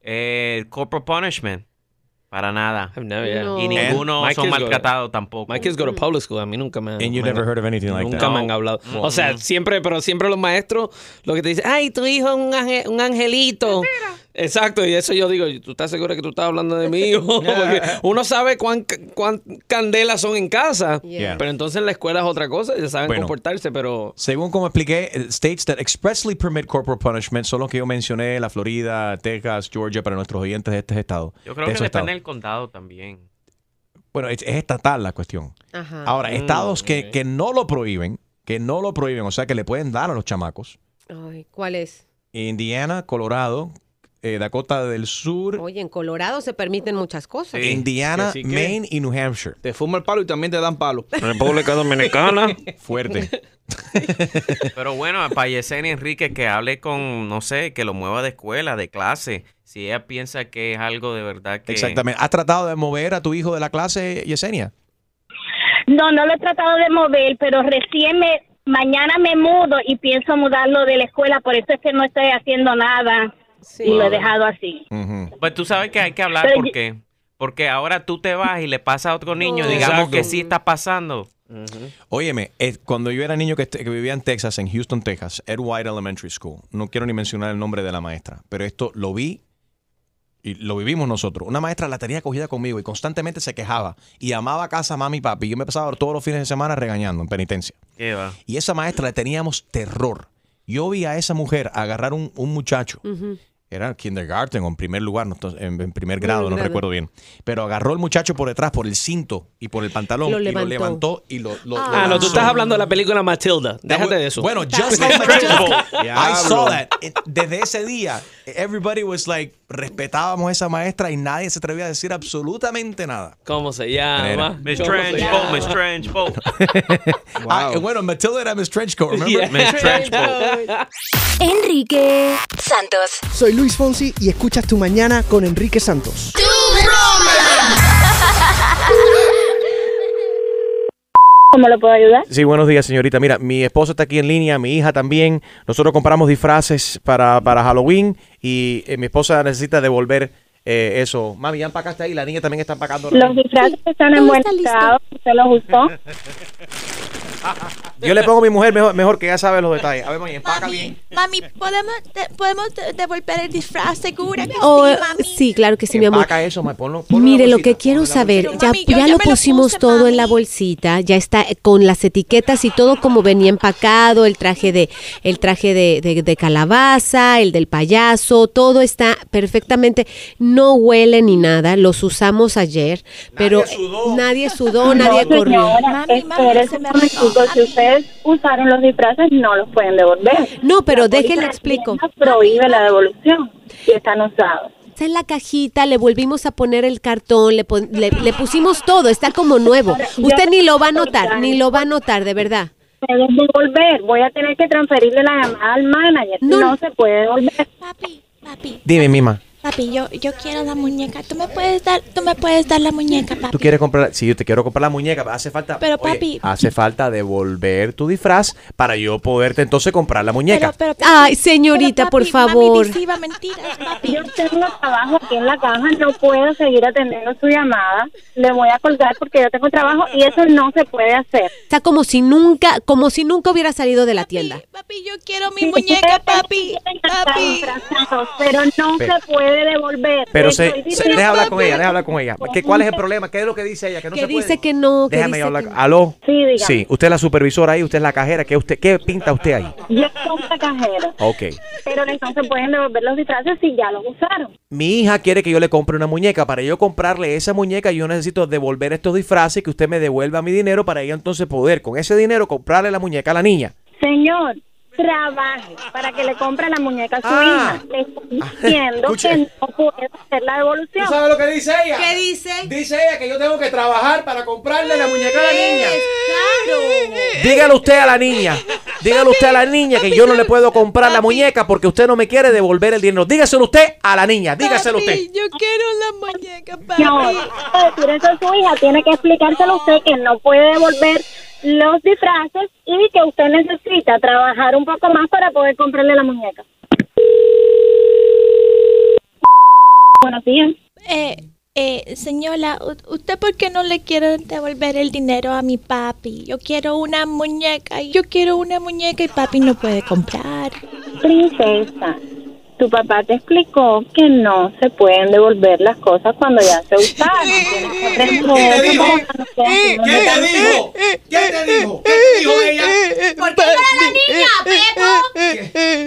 eh, corporal punishment. Para nada. No. Y ninguno My son kids go- maltratados tampoco. My kids go to public school. A mí nunca me han. And you me never han- heard of anything like that. Nunca me han No. hablado. Mm. O sea, siempre, pero siempre los maestros lo que te dicen, ay, tu hijo es un, ange- un angelito. Exacto, y eso yo digo, ¿tú estás segura que tú estás hablando de mi hijo? Porque uno sabe cuán, ca- cuán candelas son en casa, Yeah. pero entonces en la escuela es otra cosa, ya saben Bueno. comportarse, pero... Según como expliqué, eh, states that expressly permit corporal punishment son los que yo mencioné, la Florida, Texas, Georgia, para nuestros oyentes de este estado. Yo creo de que esos depende estados. del condado también. Bueno, es, es estatal la cuestión. Ajá. Ahora, Mm, estados que, que no lo prohíben, que no lo prohíben, o sea, que le pueden dar a los chamacos. Ay, ¿cuál es? Indiana, Colorado, eh, Dakota del Sur, Oye, en Colorado se permiten muchas cosas. Indiana, que- Maine y New Hampshire. Te fuma el palo y también te dan palo. República Dominicana. Fuerte. Pero bueno, para Yesenia Enrique que hable con, no sé, que lo mueva de escuela, de clase. Si ella piensa que es algo de verdad que... Exactamente. ¿Has tratado de mover a tu hijo de la clase, Yesenia? no no lo he tratado de mover pero recién me mañana me mudo y pienso mudarlo de la escuela por eso es que no estoy haciendo nada y lo he dejado así. Pues tú sabes que hay que hablar Pero yo- porque, porque ahora tú te vas y le pasa a otro niño, Oh. digamos Exacto. que sí está pasando. Óyeme, eh, cuando yo era niño que, este- que vivía en Texas, en Houston, Texas, Ed White Elementary School, no quiero ni mencionar el nombre de la maestra, pero esto lo vi y lo vivimos nosotros. Una maestra la tenía cogida conmigo y constantemente se quejaba y amaba a casa mami y papi. Yo me pasaba todos los fines de semana regañando en penitencia. ¿Qué va? Y esa maestra le teníamos terror. Yo vi a esa mujer agarrar un, un muchacho era kindergarten o en primer lugar, no, entonces, en, en primer grado, no grado. recuerdo bien. Pero agarró el muchacho por detrás, por el cinto y por el pantalón, Lo y lo levantó. levantó y lo. lo- lo Ah, no, tú lanzó. estás hablando de la película Matilda. Déjate de eso. Bueno, just like Matilda, I saw that. Desde ese día, everybody was like, respetábamos a esa maestra y nadie se atrevía a decir absolutamente nada. ¿Cómo se Era. llama? Miss ¿Cómo se Trenchbolt, llama? Miss Trenchbolt. Ah, y bueno, Matilda era Miss Trenchcoat, remember? Yeah. Miss Trenchcoat. Enrique Santos. Soy Luis Fonsi y escuchas tu mañana con Enrique Santos. ¿Cómo lo puedo ayudar? Sí, buenos días, señorita. Mira, mi esposa está aquí en línea, mi hija también. Nosotros compramos disfraces para, para Halloween y eh, mi esposa necesita devolver eh, eso. Mami, ya empacaste ahí, la niña también está empacando. ahora Los mismo. disfraces están en buen estado, usted los usó. Yo le pongo a mi mujer mejor, mejor que ya sabe los detalles. A ver, mami, empaca bien. Mami, ¿podemos, de- ¿podemos de- devolver el disfraz segura? Que Oh, sí, mami. sí, claro que sí, mi amor. Empaca eso, mami, ponlo. Mire, lo que quiero saber, ya, mami, yo ya ya lo me lo pusimos todo en la bolsita, ya está eh, con las etiquetas y todo como venía empacado, el traje de, el traje de, de- de calabaza, el del payaso, todo está perfectamente, no huele ni nada, los usamos ayer, pero nadie sudó, nadie No, corrió. señora, esto era correctico. Si ustedes usaron los disfraces, no los pueden devolver. No, pero La déjenle póliza de explico. tiendas Prohíbe la devolución si están usados. Está en la cajita, le volvimos a poner el cartón, le, pon- le- le pusimos todo, está como nuevo. Usted ni lo va a notar, ni lo va a notar, de verdad. Pueden devolver. Voy a tener que transferirle la llamada al manager. No, se puede devolver. Dime, Mima, Papi, yo, yo quiero la muñeca. ¿Tú me puedes dar, tú me puedes dar la muñeca, papi? ¿tú quieres comprar? Sí, yo te quiero comprar la muñeca, pero hace falta. Pero, Oye, papi- hace falta devolver tu disfraz para yo poderte entonces comprar la muñeca. Ay, señorita, por favor. mentiras, papi. Yo tengo trabajo aquí en la caja, no puedo seguir atendiendo su llamada. Le voy a colgar porque yo tengo trabajo y eso no se puede hacer. Está como si nunca, como si nunca hubiera salido de la tienda. Quiero mi muñeca, papi. Papi. Pero no Pero- se puede devolver. Pero Estoy se, se- diciendo- deja hablar con ella, deja hablar con ella. ¿Qué, ¿Cuál es el problema? ¿Qué es lo que dice ella? Que no que se puede. dice que no, que Déjame dice hablar. que no. ¿Aló? Sí, dígame. Sí, usted es la supervisora ahí, usted es la cajera. ¿Qué, usted, qué pinta usted ahí? Yo soy la cajera, Ok. pero entonces pueden devolver los disfraces si ya los usaron. Mi hija quiere que yo le compre una muñeca. Para yo comprarle esa muñeca, yo necesito devolver estos disfraces que usted me devuelva mi dinero para yo entonces poder con ese dinero comprarle la muñeca a la niña. Señor, trabaje para que le compre la muñeca a su Ah. hija. Le estoy diciendo que no puede hacer la devolución. ¿Tú sabes lo que dice ella? ¿Qué dice? Dice ella que yo tengo que trabajar para comprarle la muñeca a la niña. Claro. Dígale usted a la niña, dígale usted a la niña que yo no le puedo comprar la muñeca porque usted no me quiere devolver el dinero. Dígaselo usted a la niña, dígaselo usted. Yo quiero la muñeca, papi. No, no puede decir eso a su hija. Tiene que explicárselo usted que no puede devolver los disfraces y que usted necesita trabajar un poco más para poder comprarle la muñeca. Buenos días. Eh, eh, señora, u- ¿usted por qué no le quiere devolver el dinero a mi papi? Yo quiero una muñeca, yo quiero una muñeca y papi no puede comprar. Princesa, tu papá te explicó que no se pueden devolver las cosas cuando ya se usaron. Tienes que ¿Qué aprender te eso dijo? para que no sean ¿Qué te dijo? ¿Qué te dijo? ¿Qué te dijo ella? ¿Por qué eh, la niña,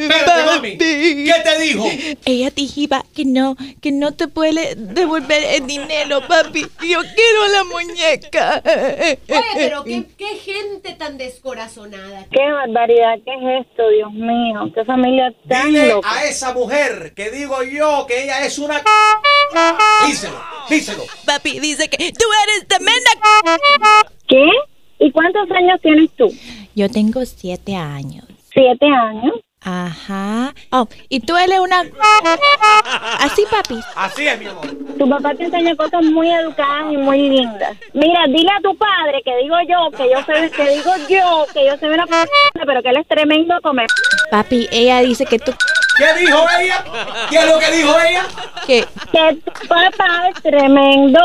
Espérate, mami. ¿Qué te dijo? Ella dijía que no, que no te puede devolver el dinero, papi. Yo quiero la muñeca. Oye, pero qué, qué gente tan descorazonada. Qué barbaridad, qué es esto, Dios mío, qué familia tan Dile loca. a esa mujer que digo yo que ella es una. c- Díselo, díselo. Papi dice que tú eres tremenda. ¿Qué? ¿Y cuántos años tienes tú? Yo tengo siete años. ¿Siete años? Ajá. Oh, y tú eres una. Así, papi. Así es, mi amor. Tu papá te enseña cosas muy educadas y muy lindas. Mira, dile a tu padre que digo yo, que yo soy, que digo yo, que yo soy una p***, pero que él es tremendo comer. Papi, ella dice que tú ¿Qué dijo ella? ¿Qué es lo que dijo ella? Que tu papá es tremendo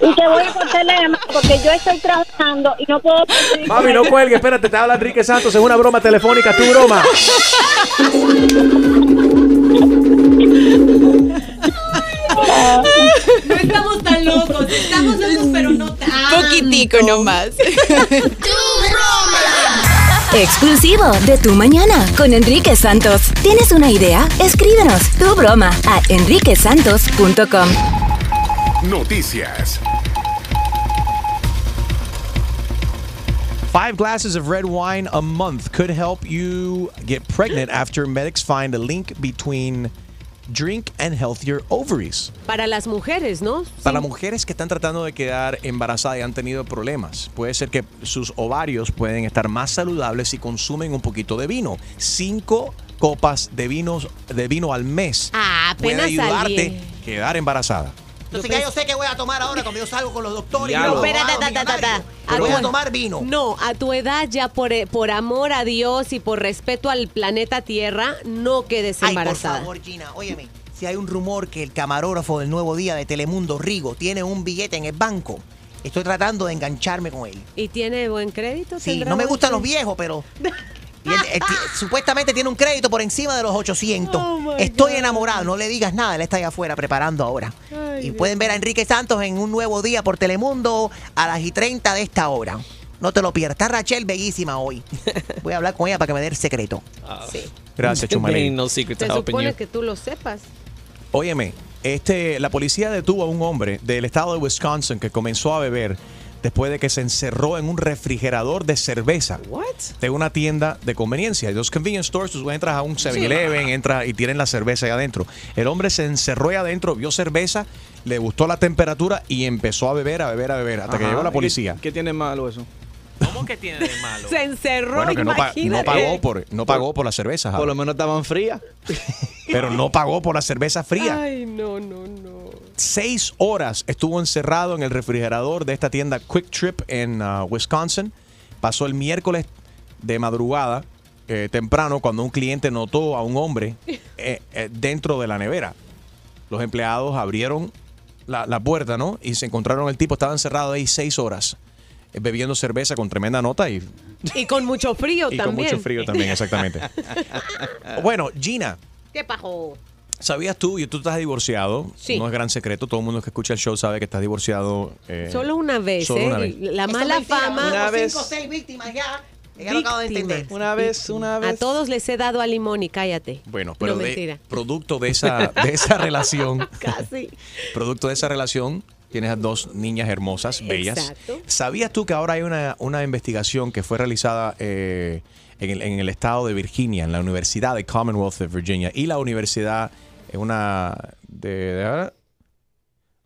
y que voy a cortarle la mano porque yo estoy trabajando y no puedo... Mami, no cuelgue, espérate, te habla Enrique Santos, es una broma telefónica, tu broma. No estamos tan locos, estamos locos, pero no tan. Poquitico nomás. Exclusivo de Tu Mañana con Enrique Santos. ¿Tienes una idea? Escríbenos tu broma a enriquesantos.com. Noticias. Five glasses of red wine a month could help you get pregnant after medics find a link between drink and healthier ovaries. Para las mujeres, ¿no? Para mujeres que están tratando de quedar embarazadas y han tenido problemas, puede ser que sus ovarios pueden estar más saludables si consumen un poquito de vino. Cinco copas de, vinos, de vino al mes Ah, puede apenas ayudarte alguien. a quedar embarazada. Entonces ya yo sé que voy a tomar ahora cuando yo salgo con los doctores. Ya y lo- los abogados Espera, ta, ta, ta, ta, ta. millonarios. Voy a tomar vino. No, a tu edad ya por, eh, por amor a Dios y por respeto al planeta Tierra, no quedes Ay, por embarazada. favor, Gina, óyeme. Si hay un rumor que el camarógrafo del Nuevo Día de Telemundo, Rigo, tiene un billete en el banco, estoy tratando de engancharme con él. ¿Y tiene buen crédito? Sí, ¿Tendrá no me buen gustan los crédito? viejos, pero... y él, eh, ti- supuestamente tiene un crédito por encima de los 800. Estoy enamorado, no le digas nada, él está ahí afuera preparando ahora. Ay, y Dios. pueden ver a Enrique Santos en un nuevo día por Telemundo a las y 30 de esta hora. No te lo pierdas. Está Rachel bellísima hoy. Voy a hablar con ella para que me dé el secreto. Gracias, Chumalín. Ain't no secret to Se helping you. supone que tú lo sepas. Óyeme, este, la policía detuvo a un hombre del estado de Wisconsin que comenzó a beber después de que se encerró en un refrigerador de cerveza de una tienda de conveniencia. Los convenience stores, tú entras a un 7-Eleven, entras y tienen la cerveza ahí adentro. El hombre se encerró ahí adentro, vio cerveza, le gustó la temperatura y empezó a beber, a beber, a beber, hasta que Ajá. llegó la ¿Y policía. ¿Qué, qué tiene malo eso? ¿Cómo que tiene de malo? Se encerró, Bueno, que no, pa- no imagínate. pagó por, no pagó por la cerveza, Por lo menos estaban frías. pero no pagó por la cerveza fría. Ay, no, no, no. seis horas estuvo encerrado en el refrigerador de esta tienda Quick Trip en uh, Wisconsin. Pasó el miércoles de madrugada, eh, temprano, cuando un cliente notó a un hombre eh, eh, dentro de la nevera. Los empleados abrieron la, la puerta, ¿no? Y se encontraron el tipo, estaba encerrado ahí seis horas, eh, bebiendo cerveza con tremenda nota y, Y con mucho frío y con también. mucho frío también, exactamente. bueno, Gina. ¿Qué pajo? ¿Sabías tú? Y tú estás divorciado. Sí. No es gran secreto. Todo el mundo que escucha el show sabe que estás divorciado. eh, Solo una vez, solo ¿eh? una vez. La Eso es mala mentira, fama. como Una vez. Cinco o seis víctimas ya. Ya lo acabo de Víctimas, entender. Una vez, una A vez. todos les he dado a limón y cállate. Bueno, pero No, de- mentira. producto de esa, de esa relación, Ah, Casi. producto de esa relación, tienes a dos niñas hermosas, bellas. Exacto. ¿Sabías tú que ahora hay una, una investigación que fue realizada eh, en, el, en el estado de Virginia, en la Universidad de Commonwealth de Virginia y la Universidad, en una de, de-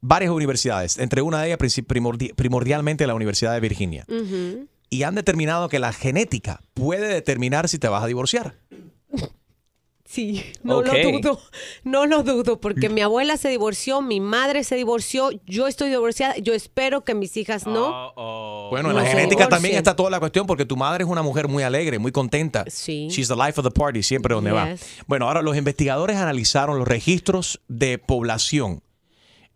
varias universidades, entre una de ellas princip- primordi- primordialmente la Universidad de Virginia, Ujú. y han determinado que la genética puede determinar si te vas a divorciar. Sí, no Ok. lo dudo, no lo dudo, porque mi abuela se divorció, mi madre se divorció, yo estoy divorciada, yo espero que mis hijas no. Ah. Bueno, en No la se genética también divorcien. está toda la cuestión porque tu madre es una mujer muy alegre, muy contenta. Sí. She's the life of the party, siempre donde va. Yes. Bueno, ahora los investigadores analizaron los registros de población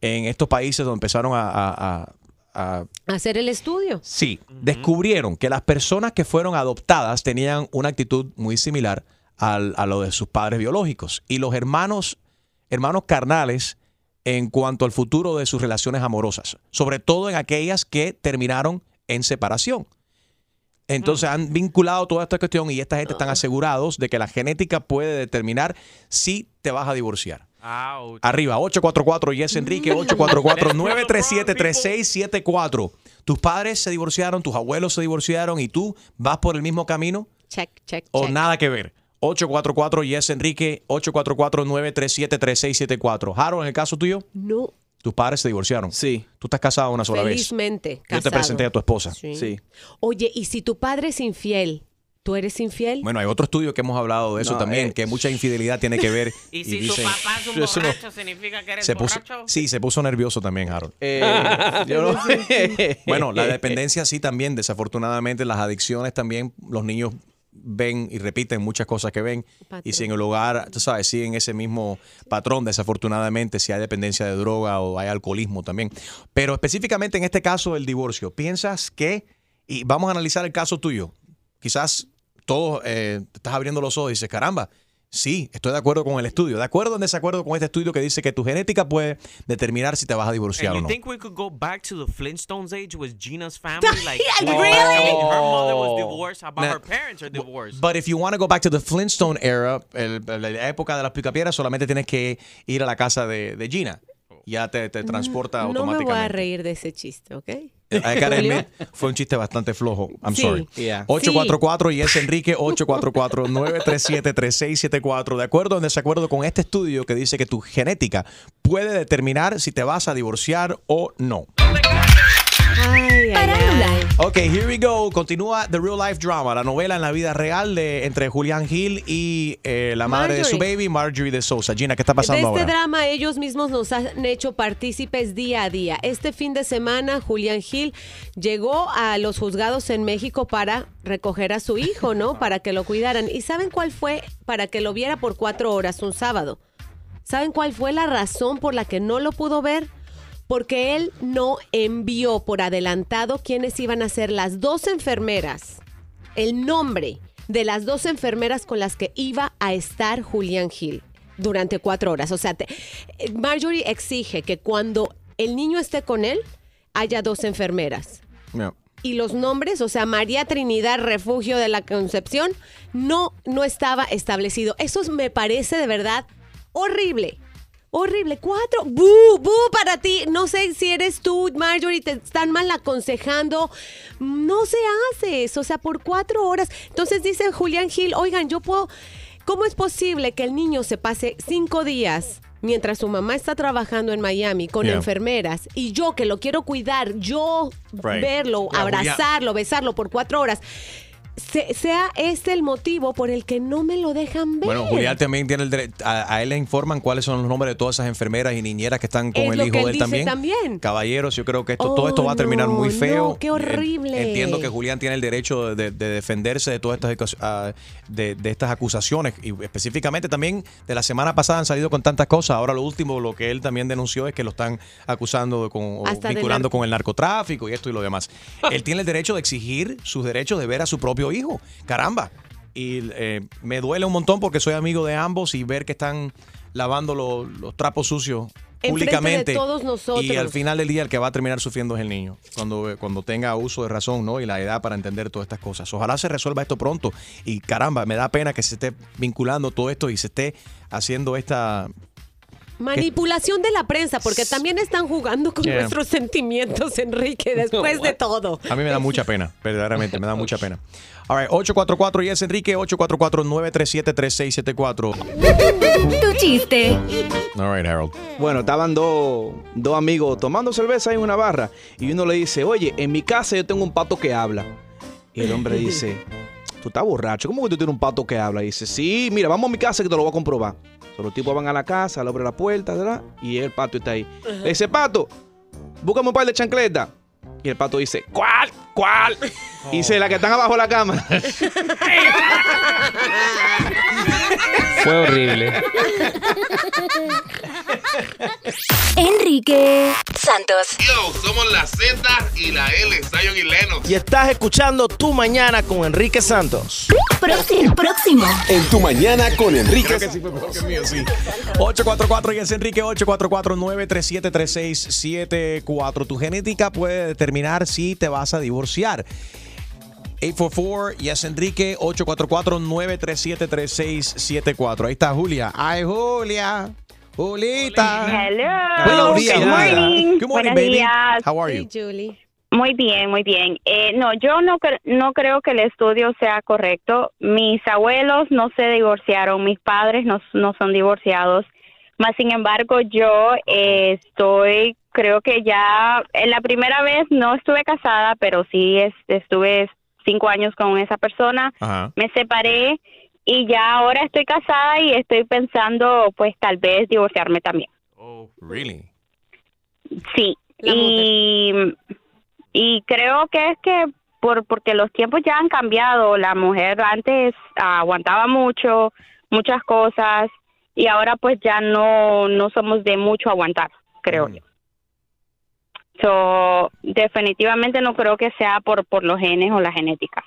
en estos países donde empezaron a- a- a- a Hacer el estudio. Sí, descubrieron que las personas que fueron adoptadas tenían una actitud muy similar al- a lo de sus padres biológicos y los hermanos, hermanos carnales en cuanto al futuro de sus relaciones amorosas, sobre todo en aquellas que terminaron en separación. Entonces han vinculado toda esta cuestión y esta gente están asegurados de que la genética puede determinar si te vas a divorciar. Ouch. Arriba, 844 Yes Enrique, 844-937-3674. Tus padres se divorciaron, tus abuelos se divorciaron y tú vas por el mismo camino Check, check, o check. nada que ver. 844 Yes Enrique, 844-937-3674. Harold, en el caso tuyo, No, tus padres se divorciaron. Sí. Tú estás casado una sola vez. felizmente. Yo te casado. presenté a tu esposa. Sí. Oye, ¿y si tu padre es infiel, tú eres infiel? Bueno, hay otro estudio que hemos hablado de eso No, también, eh. que mucha infidelidad tiene que ver. Y si tu dicen- papá es un Eso no- borracho, significa que eres se puso, borracho. sí, se puso nervioso también, Harold. Eh, yo no- Eh, Bueno, la dependencia sí también, desafortunadamente, las adicciones también, los niños ven y repiten muchas cosas que ven. Y Patrón. si en el hogar, tú sabes, siguen ese mismo patrón, desafortunadamente, si hay dependencia de droga o hay alcoholismo también. Pero específicamente en este caso del divorcio, ¿piensas que, y vamos a analizar el caso tuyo, quizás todos eh, te estás abriendo los ojos y dices, caramba, sí, estoy de acuerdo con el estudio, de acuerdo o en desacuerdo con este estudio que dice que tu genética puede determinar si te vas a divorciar o And you no? think we could go back to the Flintstones age with Gina's family? Like, Yeah, oh, really? Her mother was Oh. divorced. How about Nah. her parents are divorced? But if you want to go back to the Flintstone era, el- la época de las picapiedras, solamente tienes que ir a la casa de, de Gina. Ya te, te transporta Mm. No me voy a automáticamente. Eh, reír de ese chiste, ¿ok? I gotta Julio. admit, fue un chiste bastante flojo. I'm Sí. sorry. Yeah. 844 y es Enrique 844-937-3674. De acuerdo o en desacuerdo con este estudio que dice que tu genética puede determinar si te vas a divorciar o no. Ok, here we go. Continúa The Real Life Drama, la novela en la vida real de entre Julián Gil y eh, la madre de su Marjorie. baby, Marjorie de Sousa. Gina, ¿qué está De pasando este ahora? drama ellos mismos nos han hecho partícipes día a día. Este fin de semana Julián Gil llegó a los juzgados en México para recoger a su hijo, ¿no? Para que lo cuidaran. ¿Y saben cuál fue? Para que lo viera por cuatro horas un sábado. ¿Saben cuál fue la razón por la que no lo pudo ver? Porque él no envió por adelantado quiénes iban a ser las dos enfermeras, el nombre de las dos enfermeras con las que iba a estar Julián Gil durante cuatro horas. O sea, te- eh, Marjorie exige que cuando el niño esté con él, haya dos enfermeras. Yeah. Y los nombres, o sea, María Trinidad Refugio de la Concepción, no, no estaba establecido. Eso me parece de verdad horrible. Horrible. Cuatro. ¡Bu! ¡Bu! Para ti. No sé si eres tú, Marjorie, te están mal aconsejando. No se hace eso. O sea, por cuatro horas. Entonces dice Julián Gil, oigan, yo puedo. ¿Cómo es posible que el niño se pase cinco días mientras su mamá está trabajando en Miami con Yeah. enfermeras y yo que lo quiero cuidar, yo Right. verlo, Yeah, well, yeah. abrazarlo, besarlo por cuatro horas? Se- sea este el motivo por el que no me lo dejan ver. Bueno, Julián también tiene el derecho. A, a él le informan cuáles son los nombres de todas esas enfermeras y niñeras que están con Es el lo hijo que él de él dice también. también. Caballeros, yo creo que esto, Oh, todo esto va a terminar muy no, feo. no, qué horrible. En- Entiendo que Julián tiene el derecho de, de defenderse de todas estas acus- ah, de, de estas acusaciones y específicamente también de la semana pasada han salido con tantas cosas. Ahora lo último, lo que él también denunció es que lo están acusando de con, o Hasta de vinculando narco- con el narcotráfico y esto y lo demás. él tiene el derecho de exigir sus derechos de ver a su propio hijo. Caramba. Y eh, me duele un montón porque soy amigo de ambos y ver que están lavando lo- los trapos sucios Enfrente de públicamente. todos nosotros. Y al final del día el que va a terminar sufriendo es el niño, cuando, cuando tenga uso de razón ¿no? y la edad para entender todas estas cosas. Ojalá se resuelva esto pronto. Y caramba, me da pena que se esté vinculando todo esto y se esté haciendo esta... Manipulación de la prensa, porque también están jugando con Yeah. nuestros sentimientos, Enrique, después de todo. A mí me da mucha pena, verdaderamente, me da mucha pena. All right, 844 y es Enrique, 844-937-3674. Tu chiste. All right, Harold. Bueno, estaban dos dos amigos tomando cerveza en una barra y uno le dice, oye, en mi casa yo tengo un pato que habla. Y el hombre dice, tú estás borracho, ¿cómo que tú tienes un pato que habla? Y dice, sí, mira, vamos a mi casa que te lo voy a comprobar. So, los tipos van a la casa, le abren la puerta, ¿verdad? Y el pato está ahí. Le dice, pato, búscame un par de chancletas. Y el pato dice, ¿cuál? ¿Cuál? Y dice, la que están abajo de la cama. Fue horrible. Enrique Santos. Yo, somos la Z y la L, Zion y Leno. Y estás escuchando Tu Mañana con Enrique Santos. Próximo, próximo. En tu mañana con Enrique. Creo que sí fue mejor que el mío, sí. 844 y es Enrique 844-937-3674. Tu genética puede determinar si te vas a divorciar. 844 y es Enrique 844-937-3674. Ahí está Julia. Ay, Julia. Julita. Hello. Buenos días, Good Julia. morning. Good Buenos morning, baby. días. How are you? Muy bien, muy bien. Eh, no, yo no, cre- no creo que el estudio sea correcto. Mis abuelos no se divorciaron, mis padres no, no son divorciados. Más sin embargo, yo eh, estoy, creo que ya, en la primera vez no estuve casada, pero sí es- estuve cinco años con esa persona. Ajá. Me separé y ya ahora estoy casada y estoy pensando, pues tal vez divorciarme también. Really? Sí. Y, y creo que es que por porque los tiempos ya han cambiado. La mujer antes aguantaba mucho, muchas cosas y ahora pues ya no no somos de mucho aguantar, creo yo. So, definitivamente no creo que sea por por los genes o la genética.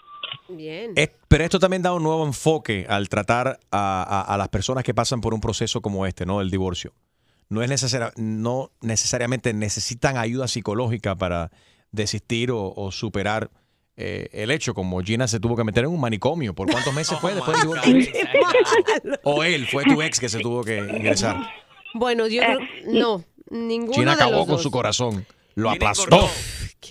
Bien. Es- pero esto también da un nuevo enfoque al tratar a, a- a las personas que pasan por un proceso como este, ¿no? El divorcio. No, es necesaria- no necesariamente necesitan ayuda psicológica para desistir o, o superar eh, el hecho, como Gina se tuvo que meter en un manicomio. ¿Por cuántos meses fue después del divorcio? O él, fue tu ex que se tuvo que ingresar. Bueno, yo creo, Eh. no, ninguno Gina de acabó los con dos. su corazón. Lo aplastó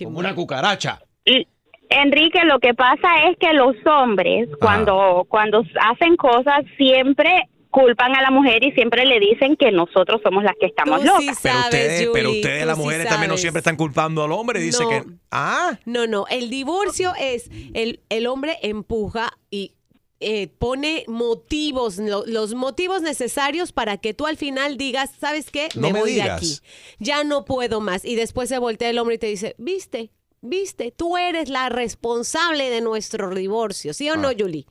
como una cucaracha. Y, Enrique, lo que pasa es que los hombres cuando cuando hacen cosas siempre culpan a la mujer y siempre le dicen que nosotros somos las que estamos locas. Pero ustedes, pero Julie, ustedes tú las sí mujeres también no sabes. siempre están culpando al hombre. Dice No. que, ah, No, no, el divorcio es el, el hombre empuja y eh, pone motivos, lo- los motivos necesarios para que tú al final digas, ¿sabes qué? No me voy de digas. aquí, ya no puedo más. Y después se voltea el hombre y te dice, viste, viste, tú eres la responsable de nuestro divorcio, ¿sí o Ah. no, Julie?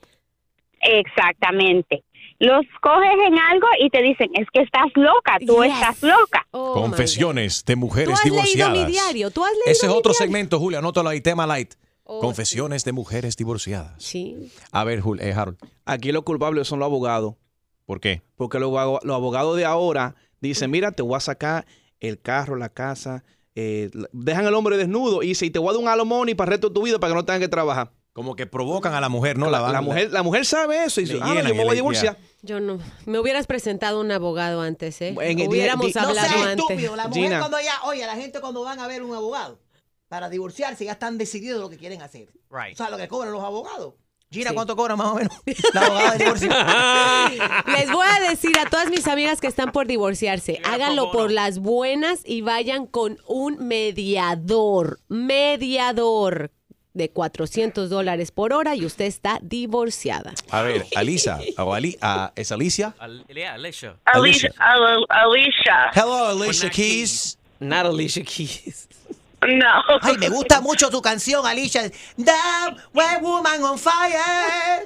Exactamente. Los coges en algo y te dicen, es que estás loca, tú estás loca. Oh confesiones de mujeres ¿Tú has leído mi divorciadas. diario? ¿Tú has leído Ese es mi otro diario? segmento, Julio. Anótalo ahí, tema light. Oh, confesiones de mujeres divorciadas. Sí. A ver, Jul, eh, Harold. Aquí los culpables son los abogados. ¿Por qué? Porque los, abogados- los abogados de ahora dicen, mira, te voy a sacar el carro, la casa. eh, la- dejan al hombre desnudo y dicen, y te voy a dar un alomón y para el resto de tu vida para que no tengan que trabajar. Como que provocan a la mujer, ¿no? La, la, van- mujer, la mujer sabe eso y dice, Le ah, no, llenan yo y me voy le- a divorciar. Yo no, me hubieras presentado un abogado antes, ¿eh? En- di- Hubiéramos di- No hablado seas antes. estúpido. La mujer Gina. cuando ya, oye, la gente cuando van a ver un abogado para divorciarse ya están decididos lo que quieren hacer. Right. O sea, lo que cobran los abogados. Gina, Sí. ¿cuánto cobran más o menos? La abogada de divorcio. Les voy a decir a todas mis amigas que están por divorciarse, Ah, háganlo por las buenas y vayan con un mediador, mediador de 400 dólares por hora y usted está divorciada. A ver, Alisa. o Ali- ah, ¿Es Alicia? Alicia. Alicia. Alicia. Hello, Alicia Keys. Not Alicia Keys. No. Ay, me gusta mucho tu canción, Alicia. That white woman on fire.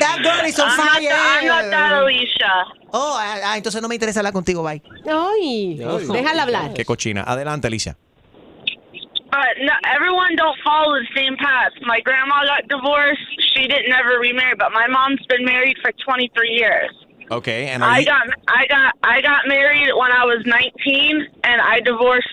That girl is on I'm not- fire. I'm not that Alicia. Oh, ah, ah, entonces no me interesa hablar contigo, bye. Ay, déjala hablar. Qué cochina. Adelante, Alicia. But no, everyone don't follow the same path. My grandma got divorced. She didn't ever remarry, but my mom's been married for 23 years. Ok. And are I you- got I got I got married when I was 19, and I divorced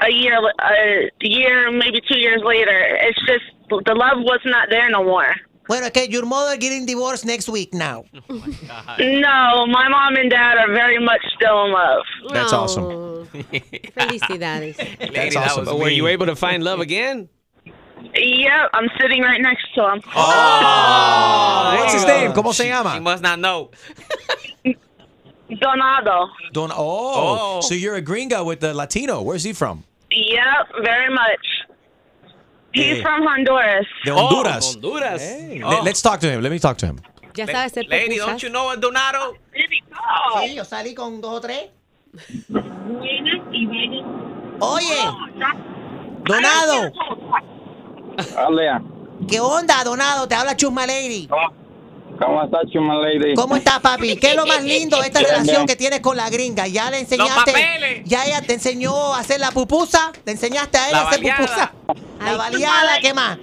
a year a year maybe two years later. It's just the love was not there no more. Bueno, es que your mother getting divorced next week now. No, my mom and dad are very much still in love. That's awesome. Felicidades. That's awesome. But were you able to find love again? Yeah, I'm sitting right next to him. What's his name? ¿Cómo se She llama? must not know. Donado. Don oh, so you're a gringa with the Latino. Where's he from? Yep, very much. He's Eh. from Honduras. De Oh, Honduras. Oh, Oh. Honduras. Oh. Le- Let's talk to him. Let me talk to him. Ya sabes hacer Lady, pupusas. don't you know a Donato? Sí, yo salí con dos o tres. Oye, Donado. Alea, ¿Qué onda, Donado? Te habla Chusma Lady. ¿cómo estás, Chuma Lady? ¿Cómo estás, papi? ¿Qué es lo más lindo de esta Bien, relación bien. que tienes con la gringa? Ya le enseñaste. ya ella te enseñó a hacer la pupusa. Te enseñaste a ella La a hacer baleada. pupusa. La baleada, ¿qué más?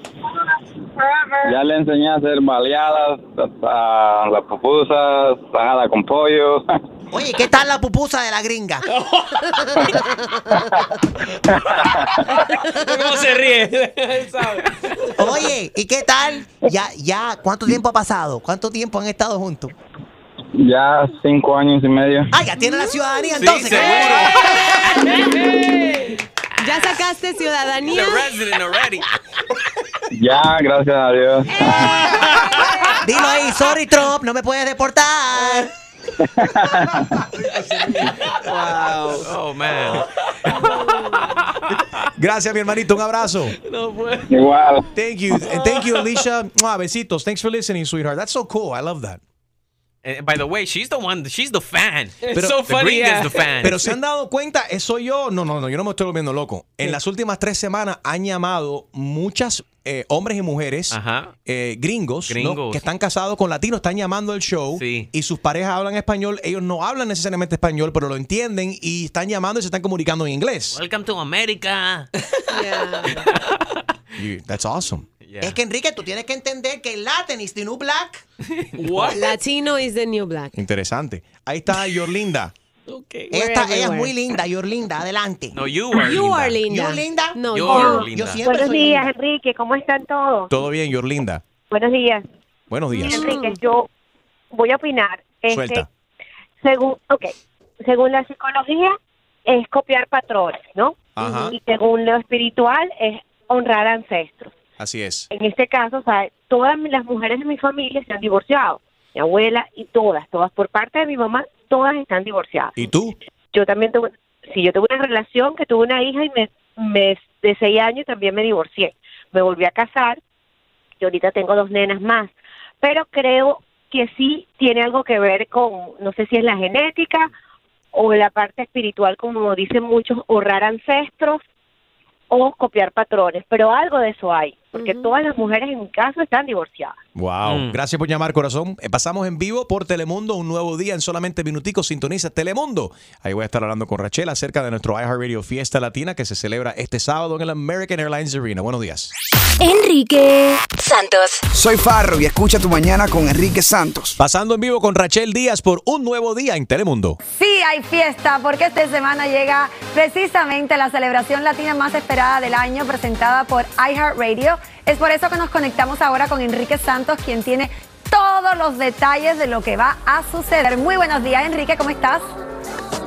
Ya le enseñé a hacer baleadas, a, a las pupusas, tajada con pollo. Oye, ¿qué tal la pupusa de la gringa? ¿Cómo se ríe? Él sabe. Oye, ¿y qué tal? Ya, ya, ¿cuánto tiempo ha pasado? ¿Cuánto tiempo han estado juntos? ya cinco años y medio. Ah, ya Mm. tiene la ciudadanía Sí, entonces. seguro. Ya sacaste ciudadanía. Ya, gracias a Dios. Eh. Dilo ahí, sorry Trump, no me puedes deportar. Oh, man. Gracias, mi hermanito. Un abrazo. No puede. Igual. Thank you. And thank you, Alicia. Mua, Besitos. Thanks for listening, sweetheart. That's so cool. I love that. Eh, by the way, she's the one, she's the fan. Pero- so funny. yeah. is the fan. Pero se han dado cuenta, eh, soy yo. No, no, no, yo no me estoy volviendo loco. En las últimas tres semanas han llamado muchas eh, hombres y mujeres Uh-huh. eh, gringos, ¿no? Gringos. que están casados con latinos, están llamando el show y sus parejas hablan español. Ellos no hablan necesariamente español, pero lo entienden y están llamando y se están comunicando en inglés. Welcome to America. You- that's awesome. Es que Enrique, tú tienes que entender que Latin is the new black. Latino is the new black. Interesante. Ahí está Yorlinda. Ella, está- ella es muy linda, Yorlinda, adelante. No, you are You linda. are linda. Yo linda. No, You you. are linda. Buenos días, Enrique. ¿Cómo están todos? Todo bien, Yorlinda. Buenos días. Buenos días. Mira, Enrique, yo voy a opinar. Este, Suelta. Según, okay, según la psicología, es copiar patrones, ¿no? Ajá. Y según lo espiritual, es honrar ancestros. Así es. En este caso, o sea, todas mi- las mujeres de mi familia se han divorciado. Mi abuela y todas, todas por parte de mi mamá, todas están divorciadas. ¿Y tú? Yo también tuve, sí, yo tuve una relación que tuve una hija y me, me- de seis años y también me divorcié. Me volví a casar y ahorita tengo dos nenas más. Pero creo que sí tiene algo que ver con, no sé si es la genética o la parte espiritual, como dicen muchos, honrar ancestros o copiar patrones, pero algo de eso hay, porque todas las mujeres en mi caso están divorciadas. Wow. Gracias por llamar, corazón. Eh, Pasamos en vivo por Telemundo, un nuevo día en solamente minuticos. Sintoniza Telemundo. Ahí voy a estar hablando con Rachel acerca de nuestro iHeartRadio Fiesta Latina que se celebra este sábado en el American Airlines Arena. Buenos días. Enrique Santos. Soy Farro y escucha tu mañana con Enrique Santos. Pasando en vivo con Rachel Díaz por un nuevo día en Telemundo. Sí, hay fiesta, porque esta semana llega precisamente la celebración latina más esperada del año, presentada por iHeartRadio. Es por eso que nos conectamos ahora con Enrique Santos, quien tiene todos los detalles de lo que va a suceder. Muy buenos días, Enrique, ¿cómo estás?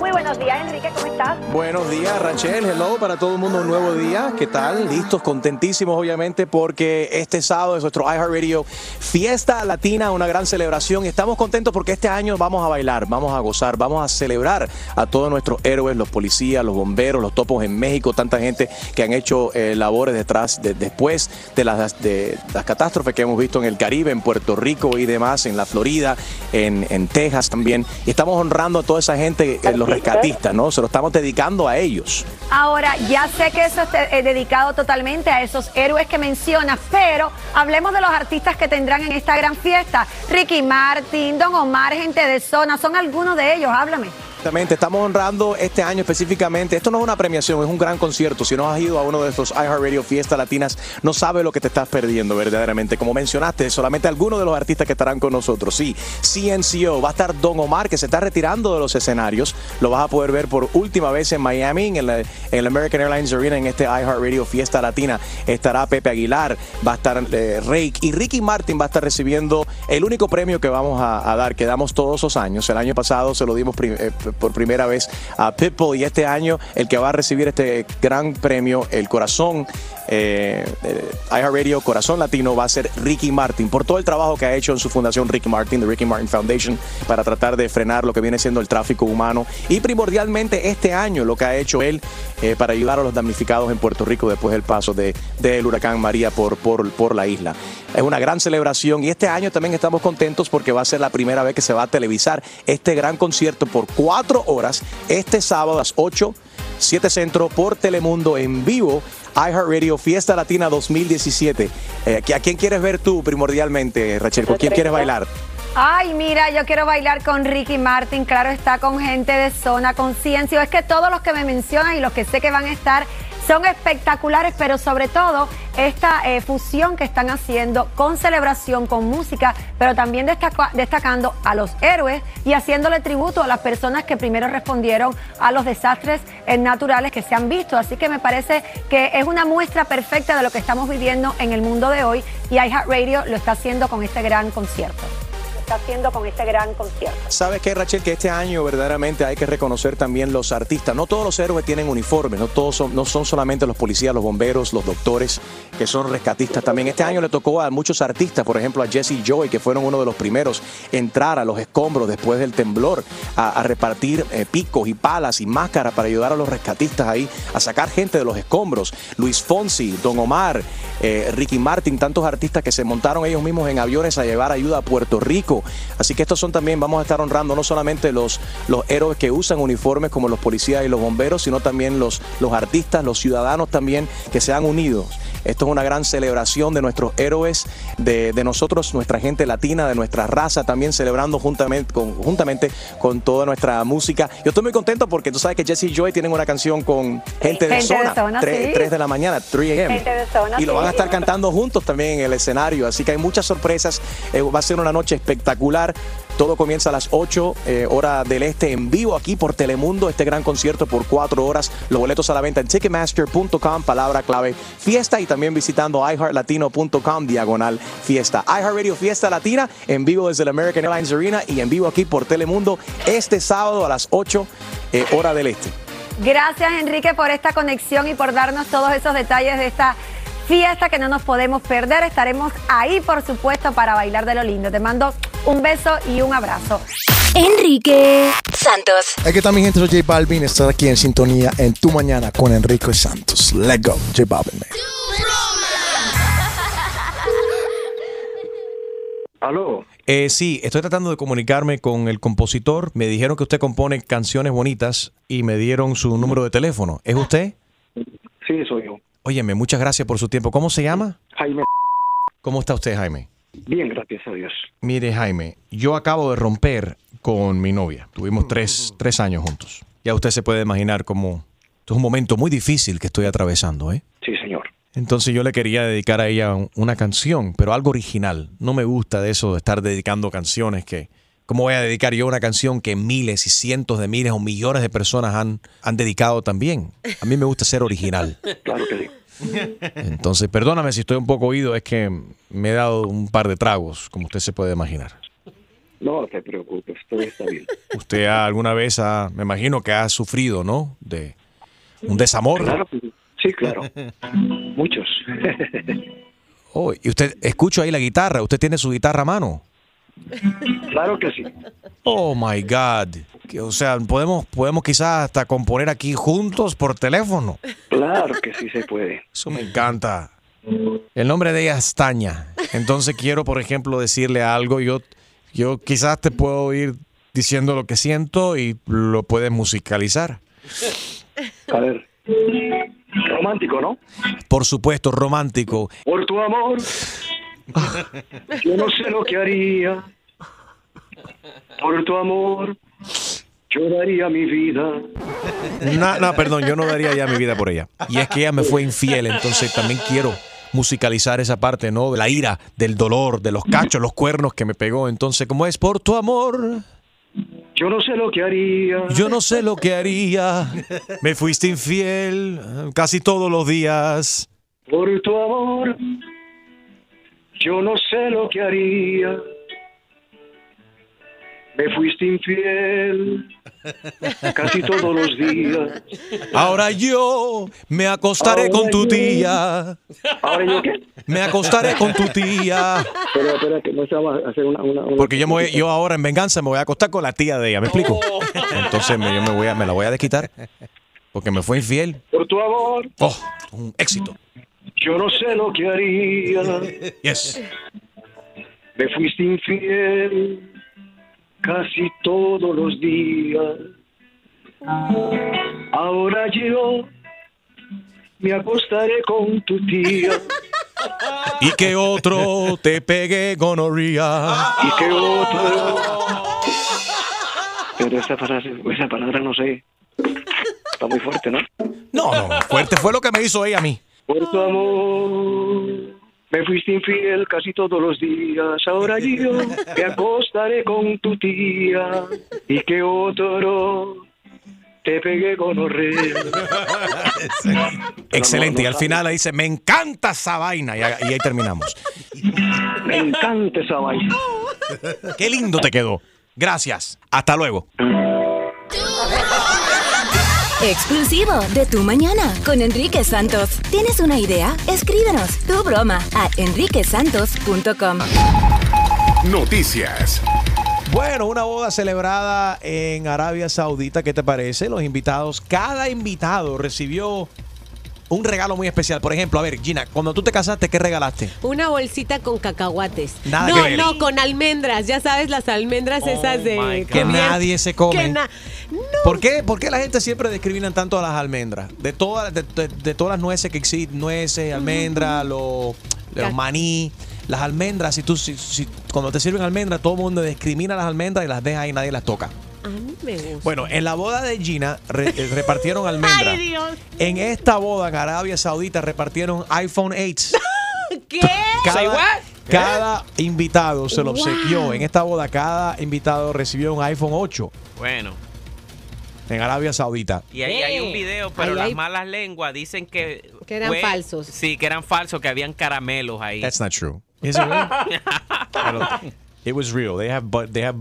Muy buenos días, Enrique, ¿cómo estás? Buenos días, Rachel. Hello para todo el mundo. Un nuevo día. ¿Qué tal? Listos, contentísimos, obviamente, porque este sábado es nuestro iHeartRadio Fiesta Latina, una gran celebración. Y Estamos contentos porque este año vamos a bailar, vamos a gozar, vamos a celebrar a todos nuestros héroes, los policías, los bomberos, los topos en México, tanta gente que han hecho eh, labores detrás, de- después de las, de las catástrofes que hemos visto en el Caribe, en Puerto Rico y demás, en la Florida, en, en Texas también. Y estamos honrando a toda esa gente, eh, los rescatistas, ¿no? Se lo estamos dedicando a ellos. Ahora, ya sé que eso está eh, dedicado totalmente a esos héroes que mencionas, pero hablemos de los artistas que tendrán en esta gran fiesta. Ricky Martin, Don Omar, gente de zona, son algunos de ellos, háblame. Exactamente, estamos honrando este año específicamente. Esto no es una premiación, es un gran concierto. Si no has ido a uno de estos iHeartRadio Fiesta Latinas, no sabes lo que te estás perdiendo verdaderamente. Como mencionaste, solamente algunos de los artistas que estarán con nosotros. Sí, CNCO, va a estar Don Omar, que se está retirando de los escenarios. Lo vas a poder ver por última vez en Miami, en el, en el American Airlines Arena, en este iHeartRadio Fiesta Latina. Estará Pepe Aguilar, va a estar eh, Rake y Ricky Martin va a estar recibiendo el único premio que vamos a, a dar, que damos todos los años. El año pasado se lo dimos prim- eh, p- por primera vez a Pitbull y este año el que va a recibir este gran premio, el corazón, eh, eh, iHeartRadio Corazón Latino, va a ser Ricky Martin, por todo el trabajo que ha hecho en su fundación Ricky Martin, The Ricky Martin Foundation, para tratar de frenar lo que viene siendo el tráfico humano y primordialmente este año lo que ha hecho él eh, para ayudar a los damnificados en Puerto Rico después del paso de, del huracán María por, por, por la isla. Es una gran celebración y este año también estamos contentos porque va a ser la primera vez que se va a televisar este gran concierto por cuatro horas este sábado a las 8, 7 Centro por Telemundo en vivo. iHeartRadio Fiesta Latina 2017. Eh, ¿A quién quieres ver tú primordialmente, Rachel? ¿Por quién quieres bailar? Ay, mira, yo quiero bailar con Ricky Martin, claro está, con gente de zona, con ciencia. Es que todos los que me mencionan y los que sé que van a estar son espectaculares, pero sobre todo esta eh, fusión que están haciendo con celebración, con música, pero también destaca- destacando a los héroes y haciéndole tributo a las personas que primero respondieron a los desastres eh, naturales que se han visto. Así que me parece que es una muestra perfecta de lo que estamos viviendo en el mundo de hoy y iHeartRadio lo está haciendo con este gran concierto está haciendo con este gran concierto. Sabes que Rachel, que este año verdaderamente hay que reconocer también los artistas. No todos los héroes tienen uniformes, no todos son, no son solamente los policías, los bomberos, los doctores, que son rescatistas también. Este año le tocó a muchos artistas, por ejemplo a Jesse Joy, que fueron uno de los primeros en entrar a los escombros después del temblor, a, a repartir eh, picos y palas y máscaras para ayudar a los rescatistas ahí a sacar gente de los escombros. Luis Fonsi, Don Omar, eh, Ricky Martin, tantos artistas que se montaron ellos mismos en aviones a llevar ayuda a Puerto Rico. nuevo. Así que estos son también, vamos a estar honrando no solamente los, los héroes que usan uniformes como los policías y los bomberos, sino también los, los artistas, los ciudadanos también que se han unido. Esto es una gran celebración de nuestros héroes, de, de nosotros, nuestra gente latina, de nuestra raza, también celebrando juntamente con, juntamente con toda nuestra música. Yo estoy muy contento porque tú sabes que Jesse y Joy tienen una canción con gente de Gente de zona, Zona, 3, sí. de la mañana, 3 a.m. Gente de Zona, Y lo sí. van a estar cantando juntos también en el escenario, así que hay muchas sorpresas. Eh, va a ser una noche espectacular. Todo comienza a las 8 eh, hora del este en vivo aquí por Telemundo, este gran concierto por 4 horas. Los boletos a la venta en ticketmaster.com, palabra clave fiesta y también visitando iHeartLatino.com, diagonal fiesta. iHeartRadio Fiesta Latina en vivo desde la American Airlines Arena y en vivo aquí por Telemundo este sábado a las 8 eh, hora del este. Gracias, Enrique, por esta conexión y por darnos todos esos detalles de esta fiesta que no nos podemos perder. Estaremos ahí, por supuesto, para bailar de lo lindo. Te mando un beso y un abrazo. Enrique Santos. Es que también gente soy J Balvin estar aquí en sintonía en tu mañana con Enrique Santos. Let's go, J Balvin. man. Aló, Eh, sí, estoy tratando de comunicarme con el compositor. Me dijeron que usted compone canciones bonitas y me dieron su número de teléfono. ¿Es usted? sí, soy yo. Óyeme, muchas gracias por su tiempo. ¿Cómo se llama? Jaime. ¿Cómo está usted, Jaime? Bien, gracias a Dios. Mire, Jaime, yo acabo de romper con mi novia. Tuvimos tres, tres años juntos. Mm. Ya usted se puede imaginar cómo... Esto es un momento muy difícil que estoy atravesando, ¿eh? Sí, señor. Entonces yo le quería dedicar a ella un- una canción, pero algo original. No me gusta de eso de estar dedicando canciones que... ¿Cómo voy a dedicar yo una canción que miles y cientos de miles o millones de personas han, han dedicado también? A mí me gusta ser original. Claro que sí. Entonces, perdóname si estoy un poco oído, es que me he dado un par de tragos, como usted se puede imaginar. No te preocupes, todo está bien. Usted alguna vez, ha- me imagino que ha sufrido, ¿no? De un desamor. Claro que sí. Sí, claro. Muchos. Oh, y usted, escucho ahí la guitarra, usted tiene su guitarra a mano. claro que sí. Oh my God. Que, O sea, podemos, podemos quizás hasta componer aquí juntos por teléfono. Claro que sí se puede. Eso me encanta. El nombre de ella es Tania. Entonces quiero, por ejemplo, decirle algo. Yo, yo quizás te puedo ir diciendo lo que siento y lo puedes musicalizar. A ver. Romántico, ¿no? Por supuesto, romántico. Por tu amor. Yo no sé lo que haría. Por tu amor. Yo daría mi vida. No, no, perdón, yo no daría ya mi vida por ella. Y es que ella me fue infiel, entonces también quiero musicalizar esa parte, ¿no? La ira, del dolor, de los cachos, los cuernos que me pegó. Entonces, como es por tu amor, Yo no sé lo que haría. yo no sé lo que haría. Me fuiste infiel eh, casi todos los días. Por tu amor, yo no sé lo que haría. Me fuiste infiel casi todos los días. Ahora yo me acostaré con tu tía. ¿Ahora yo qué? Me acostaré con tu tía. Espera, espera, que no se va a hacer una... una, una- Porque yo, me voy- yo ahora en venganza me voy a acostar con la tía de ella, ¿me explico? Oh. Entonces me- yo me, voy a, me la voy a desquitar porque me fue infiel. Por tu amor, Oh, un éxito. yo no sé lo que haría. Yes. Me fuiste infiel casi todos los días. Ahora yo me acostaré con tu tía. Y que otro te pegue gonorría. ¿Y qué otro? Pero esa frase, esa palabra no sé. Está muy fuerte, ¿no? No, no, fuerte fue lo que me hizo ella a mí. Por tu amor, me fuiste infiel casi todos los días. Ahora yo me acostaré con tu tía. Y que otro te pegué con Excelente. Y al final ahí dice, me encanta esa vaina. Y, a- y ahí terminamos. Me encanta esa vaina. Qué lindo te quedó. Gracias. Hasta luego. Exclusivo de tu mañana con Enrique Santos. ¿Tienes una idea? Escríbenos tu broma a enriquesantos.com. Noticias. Bueno, una boda celebrada en Arabia Saudita, ¿qué te parece? Los invitados, cada invitado recibió un regalo muy especial. Por ejemplo, a ver, Gina, cuando tú te casaste, ¿qué regalaste? Una bolsita con cacahuates. Nada no, que ver. Oh no, con almendras. Ya sabes, las almendras esas de. Que nadie se come. que na- ¿Por qué? ¿Por qué la gente siempre discrimina tanto a las almendras? De todas, de, de- de todas las nueces que existen, nueces, almendras, los, los maní, las almendras, si tú, si, si- cuando te sirven almendras, todo el mundo discrimina las almendras y las deja ahí, nadie las toca. A mí me gusta. Bueno, en la boda de Gina re- eh, repartieron almendras. Ay, Dios. En esta boda en Arabia Saudita repartieron iPhone 8. ¿Qué? Cada, cada invitado se lo ¿Eh? Wow. obsequió. En esta boda, cada invitado recibió un iPhone 8 Bueno. en Arabia Saudita. Y ahí hay un video, pero Ahí las hay- malas lenguas dicen que... Que eran falsos. Sí, que eran falsos, que habían caramelos ahí. That's not true. Is it real? I don't- it was real. They have, bu- they have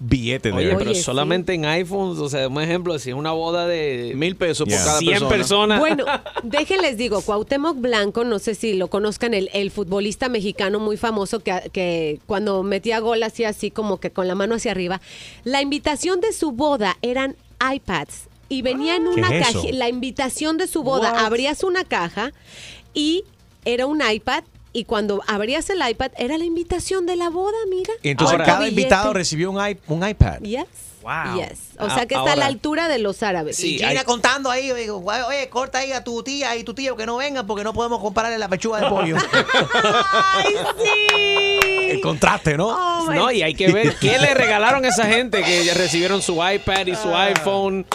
billete Oye, there. pero solamente en iPhones, o sea, un ejemplo, si es una boda de mil pesos por cada persona. personas. Bueno, déjenles digo, Cuauhtémoc Blanco, no sé si lo conozcan, el, el futbolista mexicano muy famoso que, que cuando metía gol hacía así como que con la mano hacia arriba. La invitación de su boda eran iPads y venía Ah. en ¿Qué una es caja. eso? La invitación de su boda, What? abrías una caja y era un iPad. Y cuando abrías el iPad, era la invitación de la boda, mira. Y entonces Ahora- cada billete. invitado recibió un, i- un iPad. Yes. Wow. Yes. O sea que está a Ahora- la altura de los árabes. y Gina contando ahí, yo digo, "Guay, oye, corta ahí a tu tía y tu tío que no vengan porque no podemos comprarle la pechuga de pollo. El contraste, ¿no? oh, No, y hay que ver qué le regalaron a esa gente que ya recibieron su iPad y Ah. su iPhone.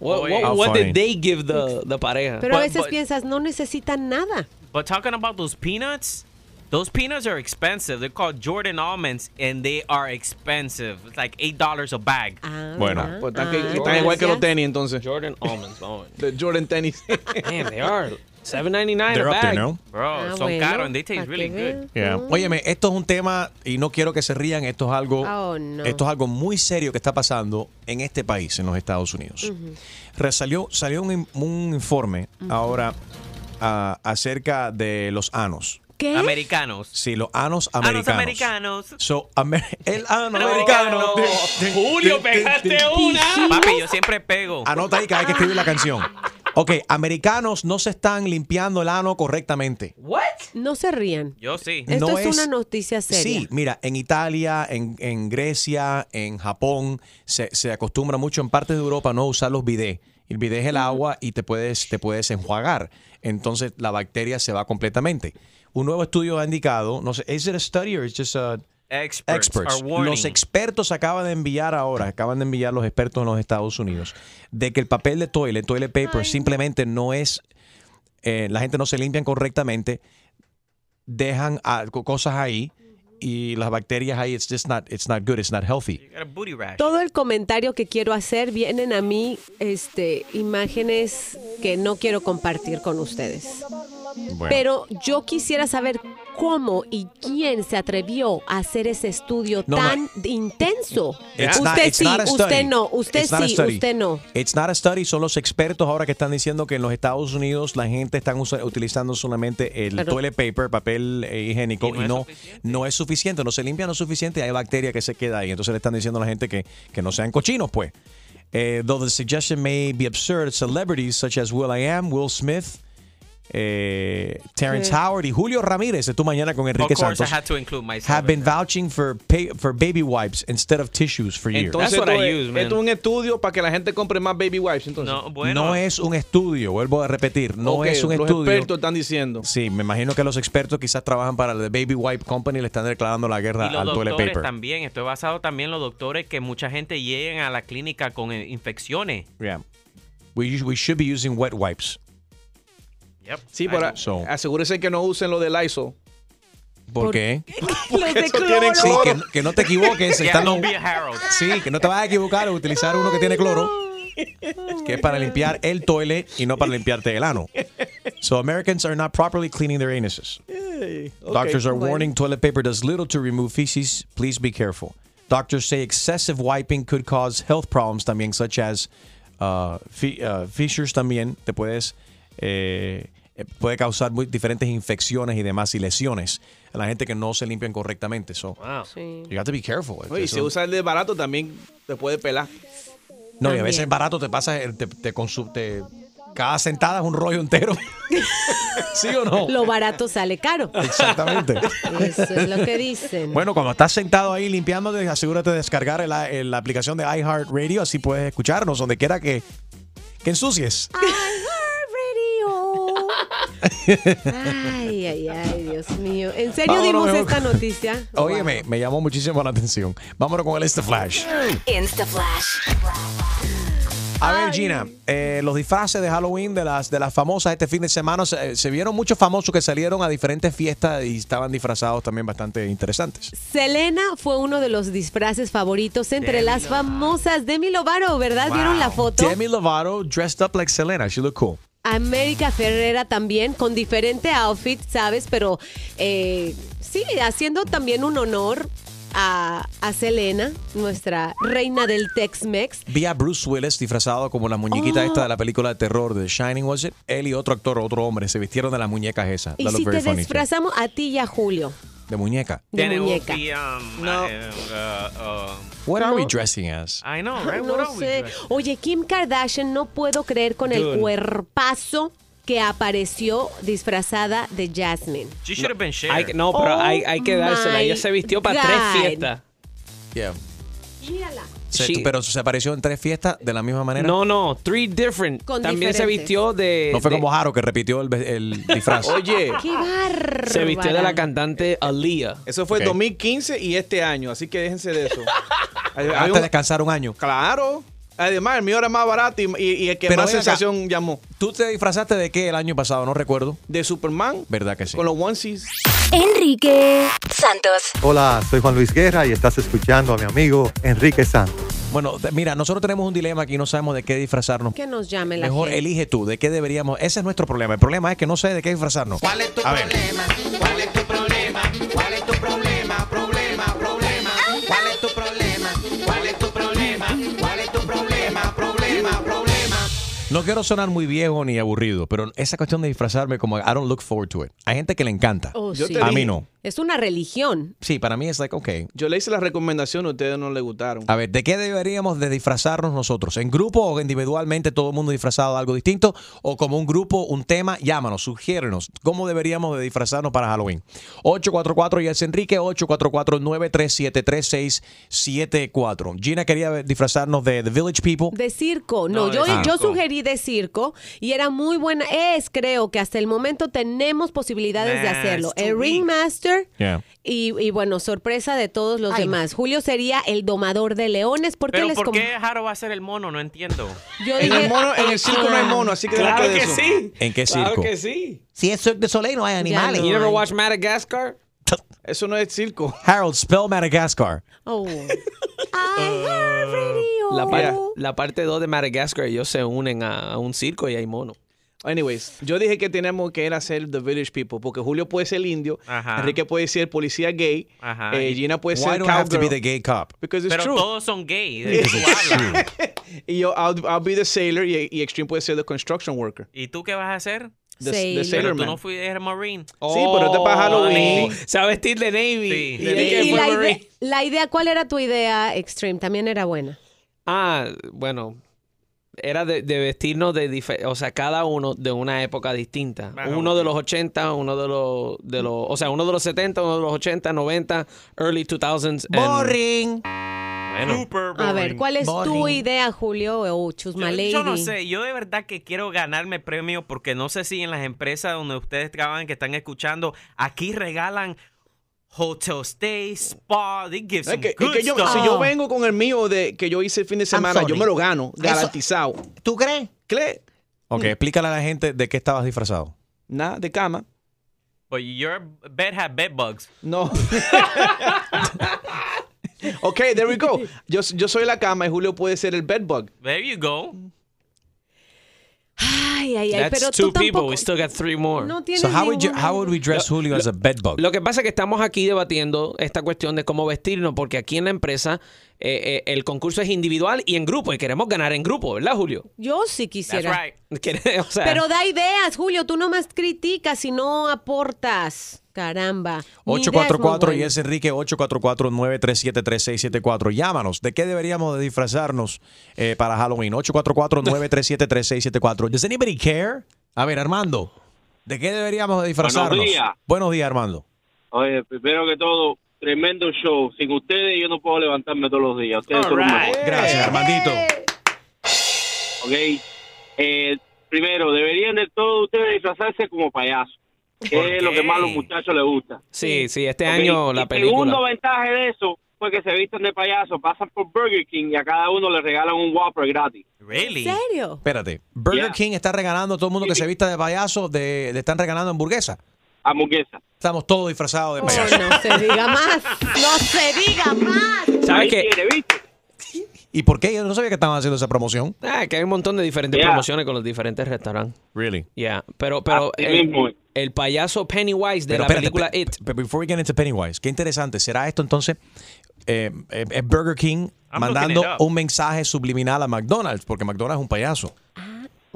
What, Oye. what- How what funny. did they give the, the Ah. pareja? Pero a veces piensas, no necesitan nada. But talking about those peanuts, those peanuts are expensive. They're called Jordan almonds, and they are expensive. It's like eight dollars a bag. Ah, Bueno, pues Ah, están, que- están igual que los tenis entonces. Jordan Almonds, vamos. The Jordan tenis. Man, they are. $7.99 They're a up there, bag. ¿no? Bro, Ah, son bueno, caros and they taste pa' really que good. Yeah. Mm. Óyeme, esto es un tema y no quiero que se rían, esto es algo Oh, no. esto es algo muy serio que está pasando en este país, en los Estados Unidos. Mm. Resalió, salió un, in- un informe ahora ah, acerca de los anos. ¿Qué? Americanos. Sí, los anos Anos americanos. Ah, americanos. Oh, So, amer- el ano No. americano. Julio, pegaste una. Papi, yo siempre pego. Anota ahí que hay que escribir la canción. Ok, americanos no se están limpiando el ano correctamente. What? No se rían. Yo sí. Esto No es, es- una noticia seria. Sí, mira, en Italia, en, en Grecia, en Japón, se, se acostumbra mucho en partes de Europa no usar los bidés. El bidé es el agua y te puedes, te puedes enjuagar. Entonces la bacteria se va completamente. Un nuevo estudio ha indicado, no sé, ¿es it a study or it's just a- Experts are warning. Los expertos acaban de enviar ahora, acaban de enviar los expertos en los Estados Unidos, de que el papel de toilet, toilet paper, simplemente no es, eh, la gente no se limpian correctamente, dejan ah, co- cosas ahí y las bacterias ahí, it's just not, it's not good, it's not healthy. You got a booty rash. Todo el comentario que quiero hacer vienen a mí este, imágenes que no quiero compartir con ustedes. Pero yo quisiera saber cómo y quién se atrevió a hacer ese estudio No, no. tan intenso. It's usted not- it's sí, not a usted study. no, usted It's not a sí, study. usted no. It's not a study, son los expertos ahora que están diciendo que en los Estados Unidos la gente está utilizando solamente el Pero- toilet paper, papel eh, higiénico, y no, no es suficiente, no se limpia lo suficiente, hay bacteria que se queda ahí. Entonces le están diciendo a la gente que, que no sean cochinos, pues. Eh, though the suggestion may be absurd, celebrities such as Will I Am, Will Smith, eh, Terrence Sí. Howard y Julio Ramírez, de tu mañana con Of Enrique course, Santos, I had to include myself. have been vouching for, pa- for baby wipes instead of tissues for years. Entonces, esto, es, use, man. esto es un estudio para que la gente compre más baby wipes. Entonces, No es un estudio, vuelvo a repetir, no Ok, es un los estudio. expertos están diciendo. Sí, me imagino que los expertos quizás trabajan para la de Baby Wipe Company y le están declarando la guerra Y los al toilet doctores paper. también. Esto es basado también en los doctores que mucha gente llegan a la clínica con eh, infecciones. Yeah. We, us- we should be using wet wipes. Sí, pero asegúrese que no usen lo del ISO. ¿Por, qué? Porque de eso tiene Sí, cloro. que, no- que no te equivoques. Yeah, están los- don't be a Harold. sí, que no te vas a equivocar al utilizar uno que tiene cloro, que es para limpiar el toilet y no para limpiarte el ano. So Americans are not properly cleaning their anuses. Doctors are warning toilet paper does little to remove feces. Please be careful. Doctors say excessive wiping could cause health problems también, such as uh, fe- uh, fissures también. Te puedes, eh, eh, puede causar muy diferentes infecciones y demás y lesiones a la gente que no se limpian correctamente. So, you have to be careful. Oye, y si Eso- usa el de barato también te puede pelar. no, y a veces barato te pasa, el- te, te, consu- te- Cada sentada es un rollo entero. ¿Sí o no? Lo barato sale caro. Exactamente. Eso es lo que dicen. Bueno, cuando estás sentado ahí limpiándote, asegúrate de descargar el- el- la aplicación de iHeartRadio, así puedes escucharnos donde quiera que, que ensucies. Ah, Ay, ay, ay, Dios mío. ¿En serio Vámonos, dimos mejor. esta noticia? Oye, me, me llamó muchísimo la atención. Vámonos con el Este Flash. InstaFlash. A ver, Gina, eh, los disfraces de Halloween de las, de las famosas este fin de semana, se, se vieron muchos famosos que salieron a diferentes fiestas y estaban disfrazados también bastante interesantes. Selena fue uno de los disfraces favoritos entre las famosas Demi Lovato, ¿verdad? ¿Vieron la Wow. foto? Demi Lovato dressed up like Selena. She looked cool. América Ferrera también, con diferente outfit, ¿sabes? Pero eh, sí, haciendo también un honor a, a Selena, nuestra reina del Tex-Mex. Vi a Bruce Willis disfrazado como la muñequita Oh. esta de la película de terror de The Shining, was it? Él y otro actor, otro hombre, se vistieron de las muñecas esas. Y That si looked very te funny. disfrazamos a ti y a Julio. De muñeca. De muñeca. No. uh, What are we dressing as? I know, right? What No are we sé. dressing? Oye, Kim Kardashian, no puedo creer con el Dude. cuerpazo que apareció disfrazada de Jasmine. She should have been shared. Hay que- no, pero Oh hay, hay que dársela. Ella my se vistió para tres God. fiestas. Yeah. Mírala. Se- She- pero se apareció en tres fiestas de la misma manera. No, no, three different. Con También se diferentes. vistió de. No fue de- como Jaro que repitió el, el disfraz. Oye. ¡Qué bárbara! Se vistió de la cantante Aaliyah. Eso fue Ok. 2015 y este año, así que déjense de eso. Hay- hay Antes Ah, de un- descansar un año. Claro. Además, el mío era más barato y, y- y el que Pero más ven acá. sensación llamó. ¿Tú te disfrazaste de qué el año pasado? No recuerdo. De Superman. ¿Verdad que sí? Con los onesies. Enrique Santos. Hola, soy Juan Luis Guerra y estás escuchando a mi amigo Enrique Santos. Bueno, te- mira, nosotros tenemos un dilema aquí, no sabemos de qué disfrazarnos. Que nos llame la Mejor gente. elige tú, de qué deberíamos. Ese es nuestro problema. El problema es que no sé de qué disfrazarnos. ¿Cuál es tu A ver. problema? ¿Cuál es tu problema? ¿Cuál es tu problema? Problema, problema. ¿Cuál es tu problema? ¿Cuál es tu problema? ¿Cuál es tu problema? Problema, problema. No quiero sonar muy viejo ni aburrido, pero esa cuestión de disfrazarme, como I don't look forward to it. Hay gente que le encanta. Oh, sí. A mí no. Es una religión. Sí, para mí es like, ok. Yo le hice la recomendación, a ustedes no les gustaron. A ver, ¿de qué deberíamos de disfrazarnos nosotros? ¿En grupo o individualmente todo el mundo disfrazado de algo distinto? ¿O como un grupo, un tema? Llámanos, sugiérenos. ¿Cómo deberíamos de disfrazarnos para Halloween? 844 y es Enrique, 844-937-3674. Gina quería disfrazarnos de The Village People. De circo. No, No, de yo, yo circo. sugerí de circo y era muy buena. Es, creo que hasta el momento tenemos posibilidades de Nah, hacerlo. it's too El Ringmaster. Yeah. Y, y bueno, sorpresa de todos los demás. Julio sería el domador de leones porque Pero les ¿por com- qué Jaro va a ser el mono? No entiendo. Yo En dije- "Ah, el, mono, en el circo no hay mono, así que Claro déjate de que eso. sí. ¿En qué Claro circo? que sí. Si es Cirque du Soleil, no hay animales. You ever watch Madagascar? Eso no es circo. Harold, spell Madagascar. Oh. La, par- la parte 2 de Madagascar, ellos se unen a, a un circo y hay mono. Anyways, yo dije que tenemos que era ser The Village People, porque Julio puede ser indio, Ajá. Enrique puede ser policía gay, Ajá. eh, Gina puede Why ser do I have to be cowgirl. the gay cop? Because it's Pero true. todos son gays. ¿De qué Because tú it's hablas? y yo, I'll, I'll be the sailor y, y Extreme puede ser the construction worker. ¿Y tú qué vas a hacer? The- the Sailor. Pero tú man. no fuiste el Marine. Oh, Sí, pero este es para Halloween. Se va a vestir de Navy. Sí. Y- "Pues, De y- Y y la, la ide- idea- la idea, ¿cuál era tu idea, Extreme? También era buena. Ah, bueno. Era de, de vestirnos de dife- o sea, cada uno de una época distinta. Ajá. Uno de los 80, uno de los, de los, o sea, uno de los 70, uno de los 80, 90, early 2000s. and- Boring. Bueno. A ver, ¿cuál es tu idea, Julio? O Chusma Yo, Lady. yo no sé, yo de verdad que quiero ganarme premio porque no sé si en las empresas donde ustedes trabajan que están escuchando, aquí regalan hotel stay, spa, they give Es some que, es good que yo- stuff. si yo vengo con el mío de que yo hice el fin de semana, yo sorry. me lo gano, Eso- garantizado. ¿Tú crees? ¿Qué? Ok, explícale a la gente de qué estabas disfrazado. Nada, de cama. But your bed had bed bugs. No. ok, there we go. Yo, yo soy la cama y Julio puede ser el bedbug. There you go. Ay, ay, ay, That's pero two tú people. tampoco We still got three more. no tienes So how would, you- ninguna how would we dress Julio as a bedbug? Lo que pasa es que estamos aquí debatiendo esta cuestión de cómo vestirnos, porque aquí en la empresa eh, eh, el concurso es individual y en grupo, y queremos ganar en grupo, ¿verdad, Julio? Yo sí quisiera. Quiere- o sea, Pero da ideas, Julio. Tú nomás criticas y no aportas. Caramba. Mi idea es muy 844 y buena. es Enrique 844-937-3674. Llámanos. ¿De qué deberíamos de disfrazarnos eh, para Halloween? 844-937-3674. ¿Does anybody care? A ver, Armando. ¿De qué deberíamos de disfrazarnos? días. Buenos días, Armando. Oye, primero que todo, tremendo show. Sin ustedes yo no puedo levantarme todos los días. Ustedes son los mejores. Gracias, Armandito. Ok. Eh, primero, deberían de todos ustedes disfrazarse como payasos. ¿Por Que es lo qué? que más a los muchachos les gusta. Sí, sí, este Ok, año y la película. segundo ventaja de eso fue que se visten de payaso, pasan por Burger King y a cada uno le regalan un Whopper gratis. ¿Really? ¿En serio? Espérate. Burger King está regalando a todo el mundo que se vista de payaso, de, le están regalando hamburguesa. Hamburguesa. Estamos todos disfrazados de payaso. Oh, No se diga más. No se diga más. ¿Sabes qué? ¿Y por qué? Yo no sabía que estaban haciendo esa promoción. Ah, que hay un montón de diferentes Yeah. promociones con los diferentes restaurantes. Really? Yeah, pero, pero Así el, mismo es. el payaso Pennywise de Pero la espérate, película pe- pe- before we get into Pennywise, qué interesante. ¿Será esto entonces eh, eh, eh, Burger King I'm mandando looking it up. un mensaje subliminal a McDonald's? Porque McDonald's es un payaso.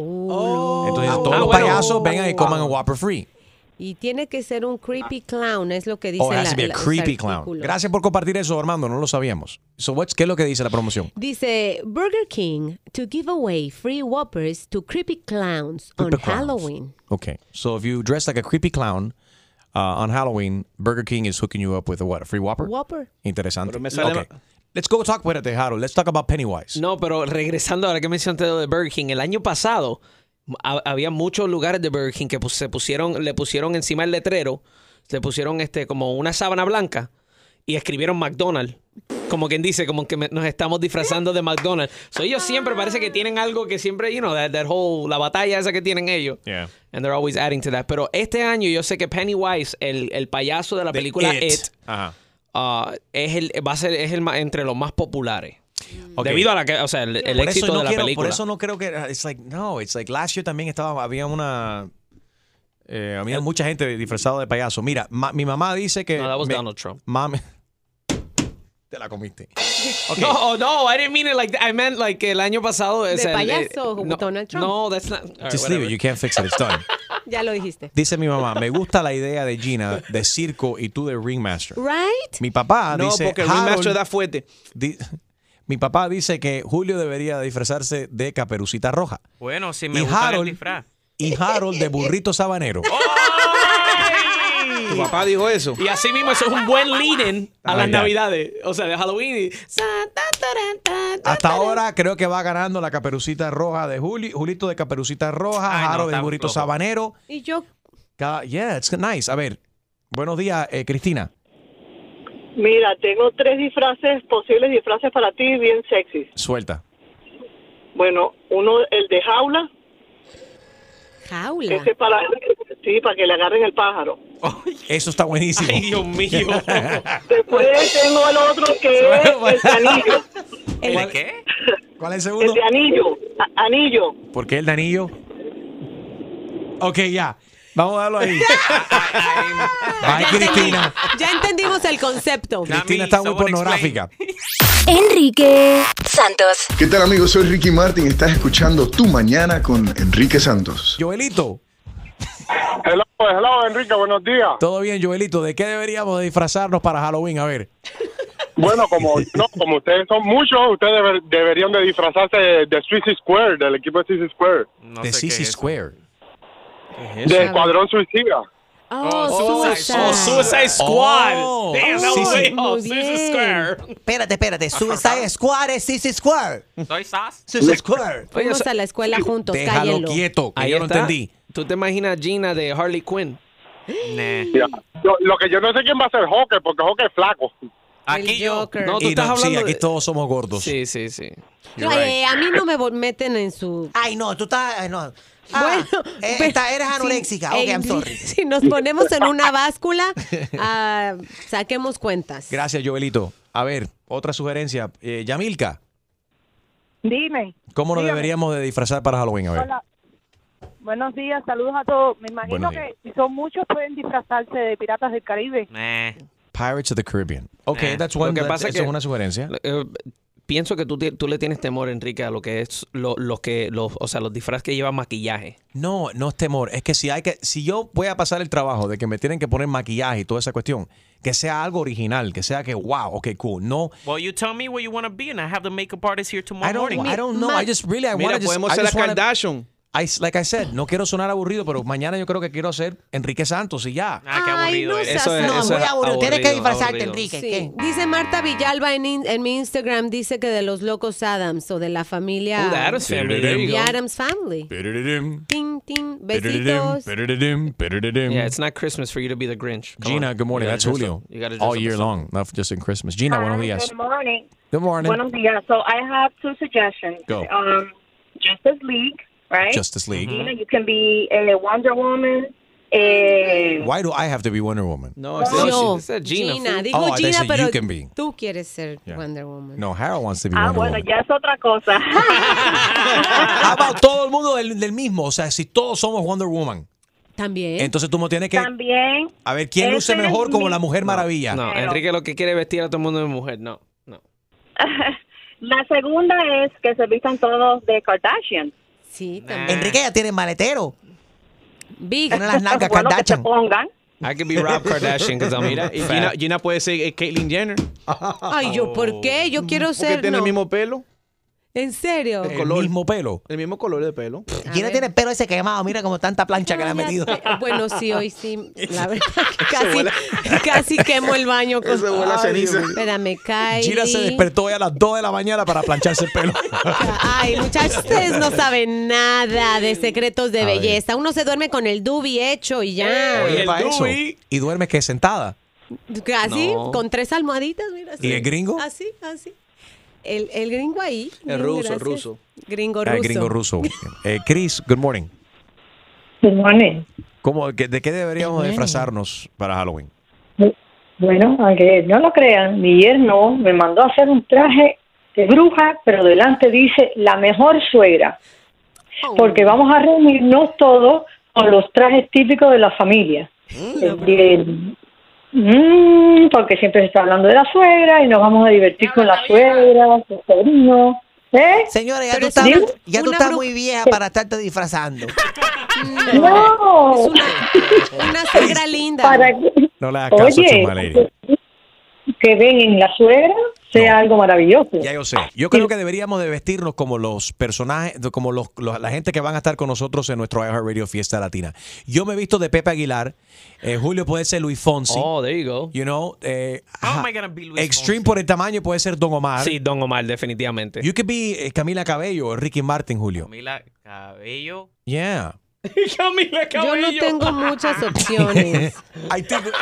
Entonces todos Ah, los bueno. payasos vengan y coman un Whopper Free. Y tiene que ser un creepy clown, es lo que dice Oh, it has la- to be a la- los creepy clown. artículos. Gracias por compartir eso, Armando. No lo sabíamos. So, what's- ¿Qué es lo que dice la promoción? Dice Burger King to give away free whoppers to creepy clowns on Creepy clowns. Halloween. Okay. So if you dress like a creepy clown uh, on Halloween, Burger King is hooking you up with a what? A free Whopper? Whopper. Interesante. Pero me sale Okay. Let's go talk with it, Harold. Let's talk about Pennywise. No, pero regresando ahora que mencionaste lo de Burger King, el año pasado ha- había muchos lugares de Burger King que pus- se pusieron, le pusieron encima el letrero, le pusieron este como una sábana blanca y escribieron McDonald's. Como quien dice, como que me- nos estamos disfrazando de McDonald's. So, ellos siempre parece que tienen algo que siempre, you know, that, that whole, la batalla esa que tienen ellos. And they're always adding to that. Pero este año yo sé que Pennywise, el, el payaso de la película It. It, ah, es el, va a ser es el ma- entre los más populares. Ok. Debido a la que, o sea, el, el Por eso éxito no de la quiero- película. Por eso no creo que. ah, It's like, no, it's like last year también estaba, había una. eh, había mucha gente disfrazada de payaso. Mira, ma- mi mamá dice que. No, that was me- Donald Trump. Mami. Te la comiste. Okay. No, no, I didn't mean it like that. I meant like el año pasado. De o sea, el- payaso, no, Donald Trump. No, that's not. all right, Just leave whatever. it. You can't fix it. It's done. Ya lo dijiste. Dice mi mamá, me gusta la idea de Gina de circo y tú de ringmaster. Right? Mi papá No, dice. porque el ringmaster Harold- da fuerte. di- mi papá dice que Julio debería disfrazarse de caperucita roja. Bueno, si me Y gusta el Harold. disfraz. Y Harold de burrito sabanero. Oh, Tu papá dijo eso. Y así mismo, eso es un buen lead-in a Ah, las ya. navidades. O sea, de Halloween. y- Santa Tarán, tarán. Hasta ahora creo que va ganando la caperucita roja de Juli, Julito de caperucita roja, Ay, no, Harold de tan burrito flojo. sabanero. Y yo. Cada- yeah, it's nice. A ver, buenos días, eh, Cristina. Mira, tengo tres disfraces, posibles disfraces para ti, bien sexys. Suelta. Bueno, uno, el de jaula. Jaula. Ese para, sí, para que le agarren el pájaro. Eso está buenísimo. Ay, Dios mío. Después tengo el otro que es el de anillo. ¿El de qué? ¿Cuál es el segundo? El Este de anillo. a- anillo. ¿Por qué el de anillo? Ok, ya. Vamos a darlo ahí. Bye, Cristina. Ya entendimos el concepto. Cristina está muy pornográfica. Enrique Santos. ¿Qué tal amigos? Soy Ricky Martin. Estás escuchando Tu Mañana con Enrique Santos. Joelito. Hello, hello Enrique, buenos días. Todo bien, Joelito. ¿De qué deberíamos de disfrazarnos para Halloween? A ver. Bueno, como, no, como ustedes son muchos, ustedes deber- deberían de disfrazarse de, de Suicide Square, del equipo de Suicide Square, de CC Square. de Escuadrón Suicida. Oh, Suicide, oh, Suicide Squad. Oh. Damn, that Sí, was sí. way off. Muy Suicide bien. Square. Oh, Espérate, espérate. Suicide Squad es CC Square. Soy Sas. Suicide Square. Fuimos a la escuela juntos, cállenlo. Ahí está. entendí. ¿Tú te imaginas a Gina de Harley Quinn? Ya. Yo- lo que yo no sé quién va a ser Joker, porque Joker es flaco. Aquí yo. No, tú Y estás sí, hablando aquí de- todos somos gordos. Sí, sí, sí. No, eh, a mí no me vol- meten en su... Ay, no, tú estás. ay, no. Bueno, eh, pero- está- eres sí, anoréxica. eh, ok, I'm sorry. Si nos ponemos en una báscula, ah, saquemos cuentas. Gracias, Joelito. A ver, otra sugerencia. Eh, Yamilka, Dime. ¿cómo nos Dígame. deberíamos de disfrazar para Halloween? A ver. Hola. Buenos días, saludos a todos. Me imagino Buenos días. que si son muchos pueden disfrazarse de piratas del Caribe. Pirates of the Caribbean. Ok, Nah. that's one. Lo que that- pasa eso que- es una sugerencia. Eh, pienso que tú, te- tú le tienes temor, Enrique, a lo que es lo, los que, los, o sea, los disfraces que llevan maquillaje. No, no es temor. Es que si hay que, si yo voy a pasar el trabajo de que me tienen que poner maquillaje y toda esa cuestión, que sea algo original, que sea que wow, ok, cool. No, Well, you tell me what you want to be, and I have the makeup artist here tomorrow I don't, morning. I don't know. I just really I Mira, wanna just- podemos I ser just la wanna- Kardashian. I s- like I said, no quiero sonar aburrido, pero mañana yo creo que quiero ser Enrique Santos y ya. Ah, qué aburrido no eres. seas- Eso es- no, eso muy es aburrido. Tienes que aburrido, disfrazarte, aburrido. Enrique. Sí. Dice Marta Villalba en, in- en mi Instagram, dice que de los locos Adams o de la familia Oh, the Addams family, there you The go. Addams Family. Tin, tin, besitos. Yeah, it's not Christmas for you to be the Grinch. Come Em, Gina, on. good morning. You gotta That's dress Julio. up. You gotta dress All up year as long, not just in Christmas. Gina, buenos días. Good morning. Good morning. Buenos días. So I have two suggestions. Go. Um, Justice League, right? Justice League. You, know, you can be a Wonder Woman. eh, Why do I have to be Wonder Woman? No, it's- Yo, it's a Gina, Gina fool. digo Oh, they Gina, say pero you can be. tú quieres ser Wonder Woman. No, Harold wants to be ah, Wonder bueno, Woman. ya es otra cosa. Habla todo el mundo del, del mismo. O sea, si todos somos Wonder Woman, También. entonces tú me tienes que. También. A ver, ¿quién luce Ese es mejor como mi- la Mujer Maravilla? No, Enrique lo que quiere es vestir a todo el mundo de mujer. No, no. La segunda es que se vistan todos de Kardashian. Sí, Enrique ya tiene maletero. Big. Tiene las nalgas Kardashian. pongan. I could be Rob Kardashian because I'm Mira, y fat. Gina, Gina puede ser eh, Caitlyn Jenner. Oh. Ay, yo, ¿por qué? Yo quiero Porque ser. tiene el no. mismo pelo. ¿En serio? El color. mismo pelo. El mismo color de pelo. Gina tiene el pelo ese quemado, mira como tanta plancha que le ha metido. Eh, Bueno, sí, hoy sí. La verdad que casi, casi quemo el baño con. Se Ay, vuela ceniza. Dios mío. Espérame, Kylie. Gina se despertó hoy a las 2 de la mañana para plancharse el pelo. Ay, muchachos, ustedes no saben nada de secretos de A ver. belleza. Uno se duerme con el dubi hecho y ya. Oye, pa' eso. Y duermes que sentada. Así, No. con tres almohaditas, mira. así. ¿Y el gringo? Así, así. El, el gringo ahí. bien, gracias. Gringo ruso. Ah, gringo ruso. Eh, Chris, good morning. ¿Cómo, que- ¿De qué deberíamos disfrazarnos para Halloween? Bueno, aunque no lo crean, mi yerno me mandó a hacer un traje de bruja, pero delante dice la mejor suegra, porque vamos a reunirnos todos con los trajes típicos de la familia. El de- Mm, porque siempre se está hablando de la suegra y nos vamos a divertir con la suegra, los sobrinos. ¿Eh? Señora, ya tú Pero estás, digo, ya tú una estás bru- muy vieja para estarte disfrazando. No. Mm. Una suegra linda. Para que, No le hagas caso a oye, Chuma Lady. que ven en la suegra sea algo maravilloso. Ya yo sé. Yo creo que deberíamos de vestirnos como los personajes, como los, los- la gente que van a estar con nosotros en nuestro Radio Fiesta Latina. Yo me he visto de Pepe Aguilar. eh, Julio puede ser Luis Fonsi. Oh, there you go. You know, eh, How ajá. am I gonna be Luis Extreme por el tamaño puede ser Don Omar. Sí, Don Omar, definitivamente. You could be eh, Camila Cabello o Ricky Martin, Julio. Camila Cabello. Yeah. Camila Yo no tengo muchas opciones. I think-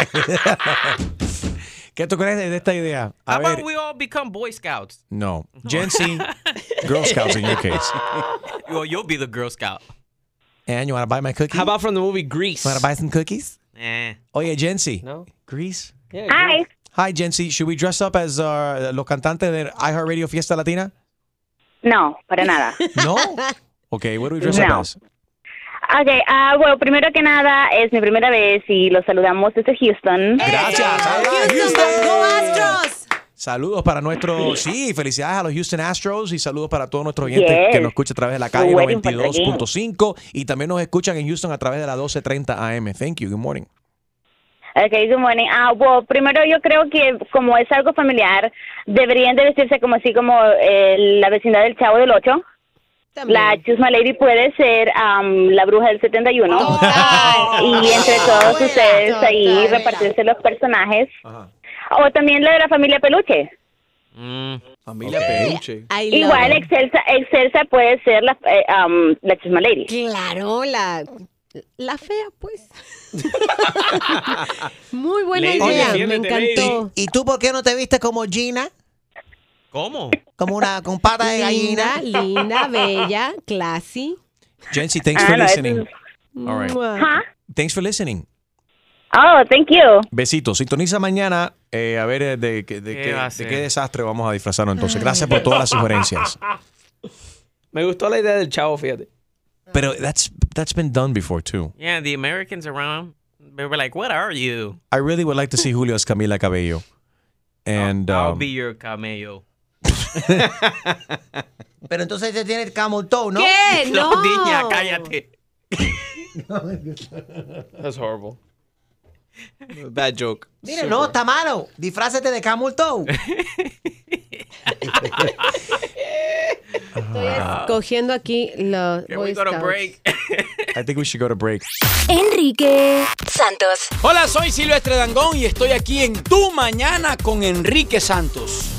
¿Qué tú crees de de esta idea? A How ver, about we all become Boy Scouts? no. Gen Z, Girl Scouts in your case. Well, you'll be the Girl Scout. And eh, you want to buy my cookies? How about from the movie Grease? Want to buy some cookies? Eh. Oye, Gen Z. No. Grease. Ay, Hi, Gen Z. Should we dress up as uh, los cantantes de iHeartRadio Fiesta Latina? No, para nada. No. Okay, what do we dress No. up as? Ok, ah, bueno, primero que nada, es mi primera vez y los saludamos desde Houston. Gracias. Hola, Houston. Astros! Saludos para nuestro, sí, felicidades a los Houston Astros y saludos para todos nuestros oyentes Yes. que nos escuchan a través de la calle We're waiting for the game. 92.5 y también nos escuchan en Houston a través de la 12:30 AM. Thank you. Good morning. Ok, good morning. Ah, bueno, primero yo creo que como es algo familiar, deberían de vestirse como así como eh, la vecindad del Chavo del Ocho. La Chusma Lady puede ser am, la bruja del 71. Y entre todos ustedes ahí repartirse los personajes. O también la de la familia Peluche. Mm. Familia Peluche. Igual Excelsa, Excelsa puede ser la, eh, am, la Chusma Lady. Claro, la, la fea, pues. Muy buena Lady, idea, me defiéndete, encantó. ¿Y tú por qué no te viste como Gina? ¿Cómo? Como una con pata de Linda, gallina. linda, bella, classy. Gen Z, thanks Ah, for no, eso listening. All right. Mua. Thanks for listening. Oh, thank you. Besitos. Sintoniza mañana eh, a ver eh, de, qué- de ¿Qué qué, va a de ser? qué desastre vamos a disfrazarnos entonces. Gracias por todas las sugerencias. Me gustó la idea del chavo, fíjate. Pero that's, that's been done before too. Yeah, the Americans around, they were like, what are you? I really would like to see Julio as Camila Cabello. And I'll um, be your cameo. Pero entonces este tiene el camel toe, ¿no? ¿Qué? No, No. niña, cállate. That's horrible. Bad joke. Mire, no, está malo. Disfrácete de camel toe. Ah. Cogiendo aquí los. Can Boy we go to Scouts. break? I think we should go to break. Enrique Santos. Hola, soy Silvestre Dangón y estoy aquí en Tu Mañana con Enrique Santos.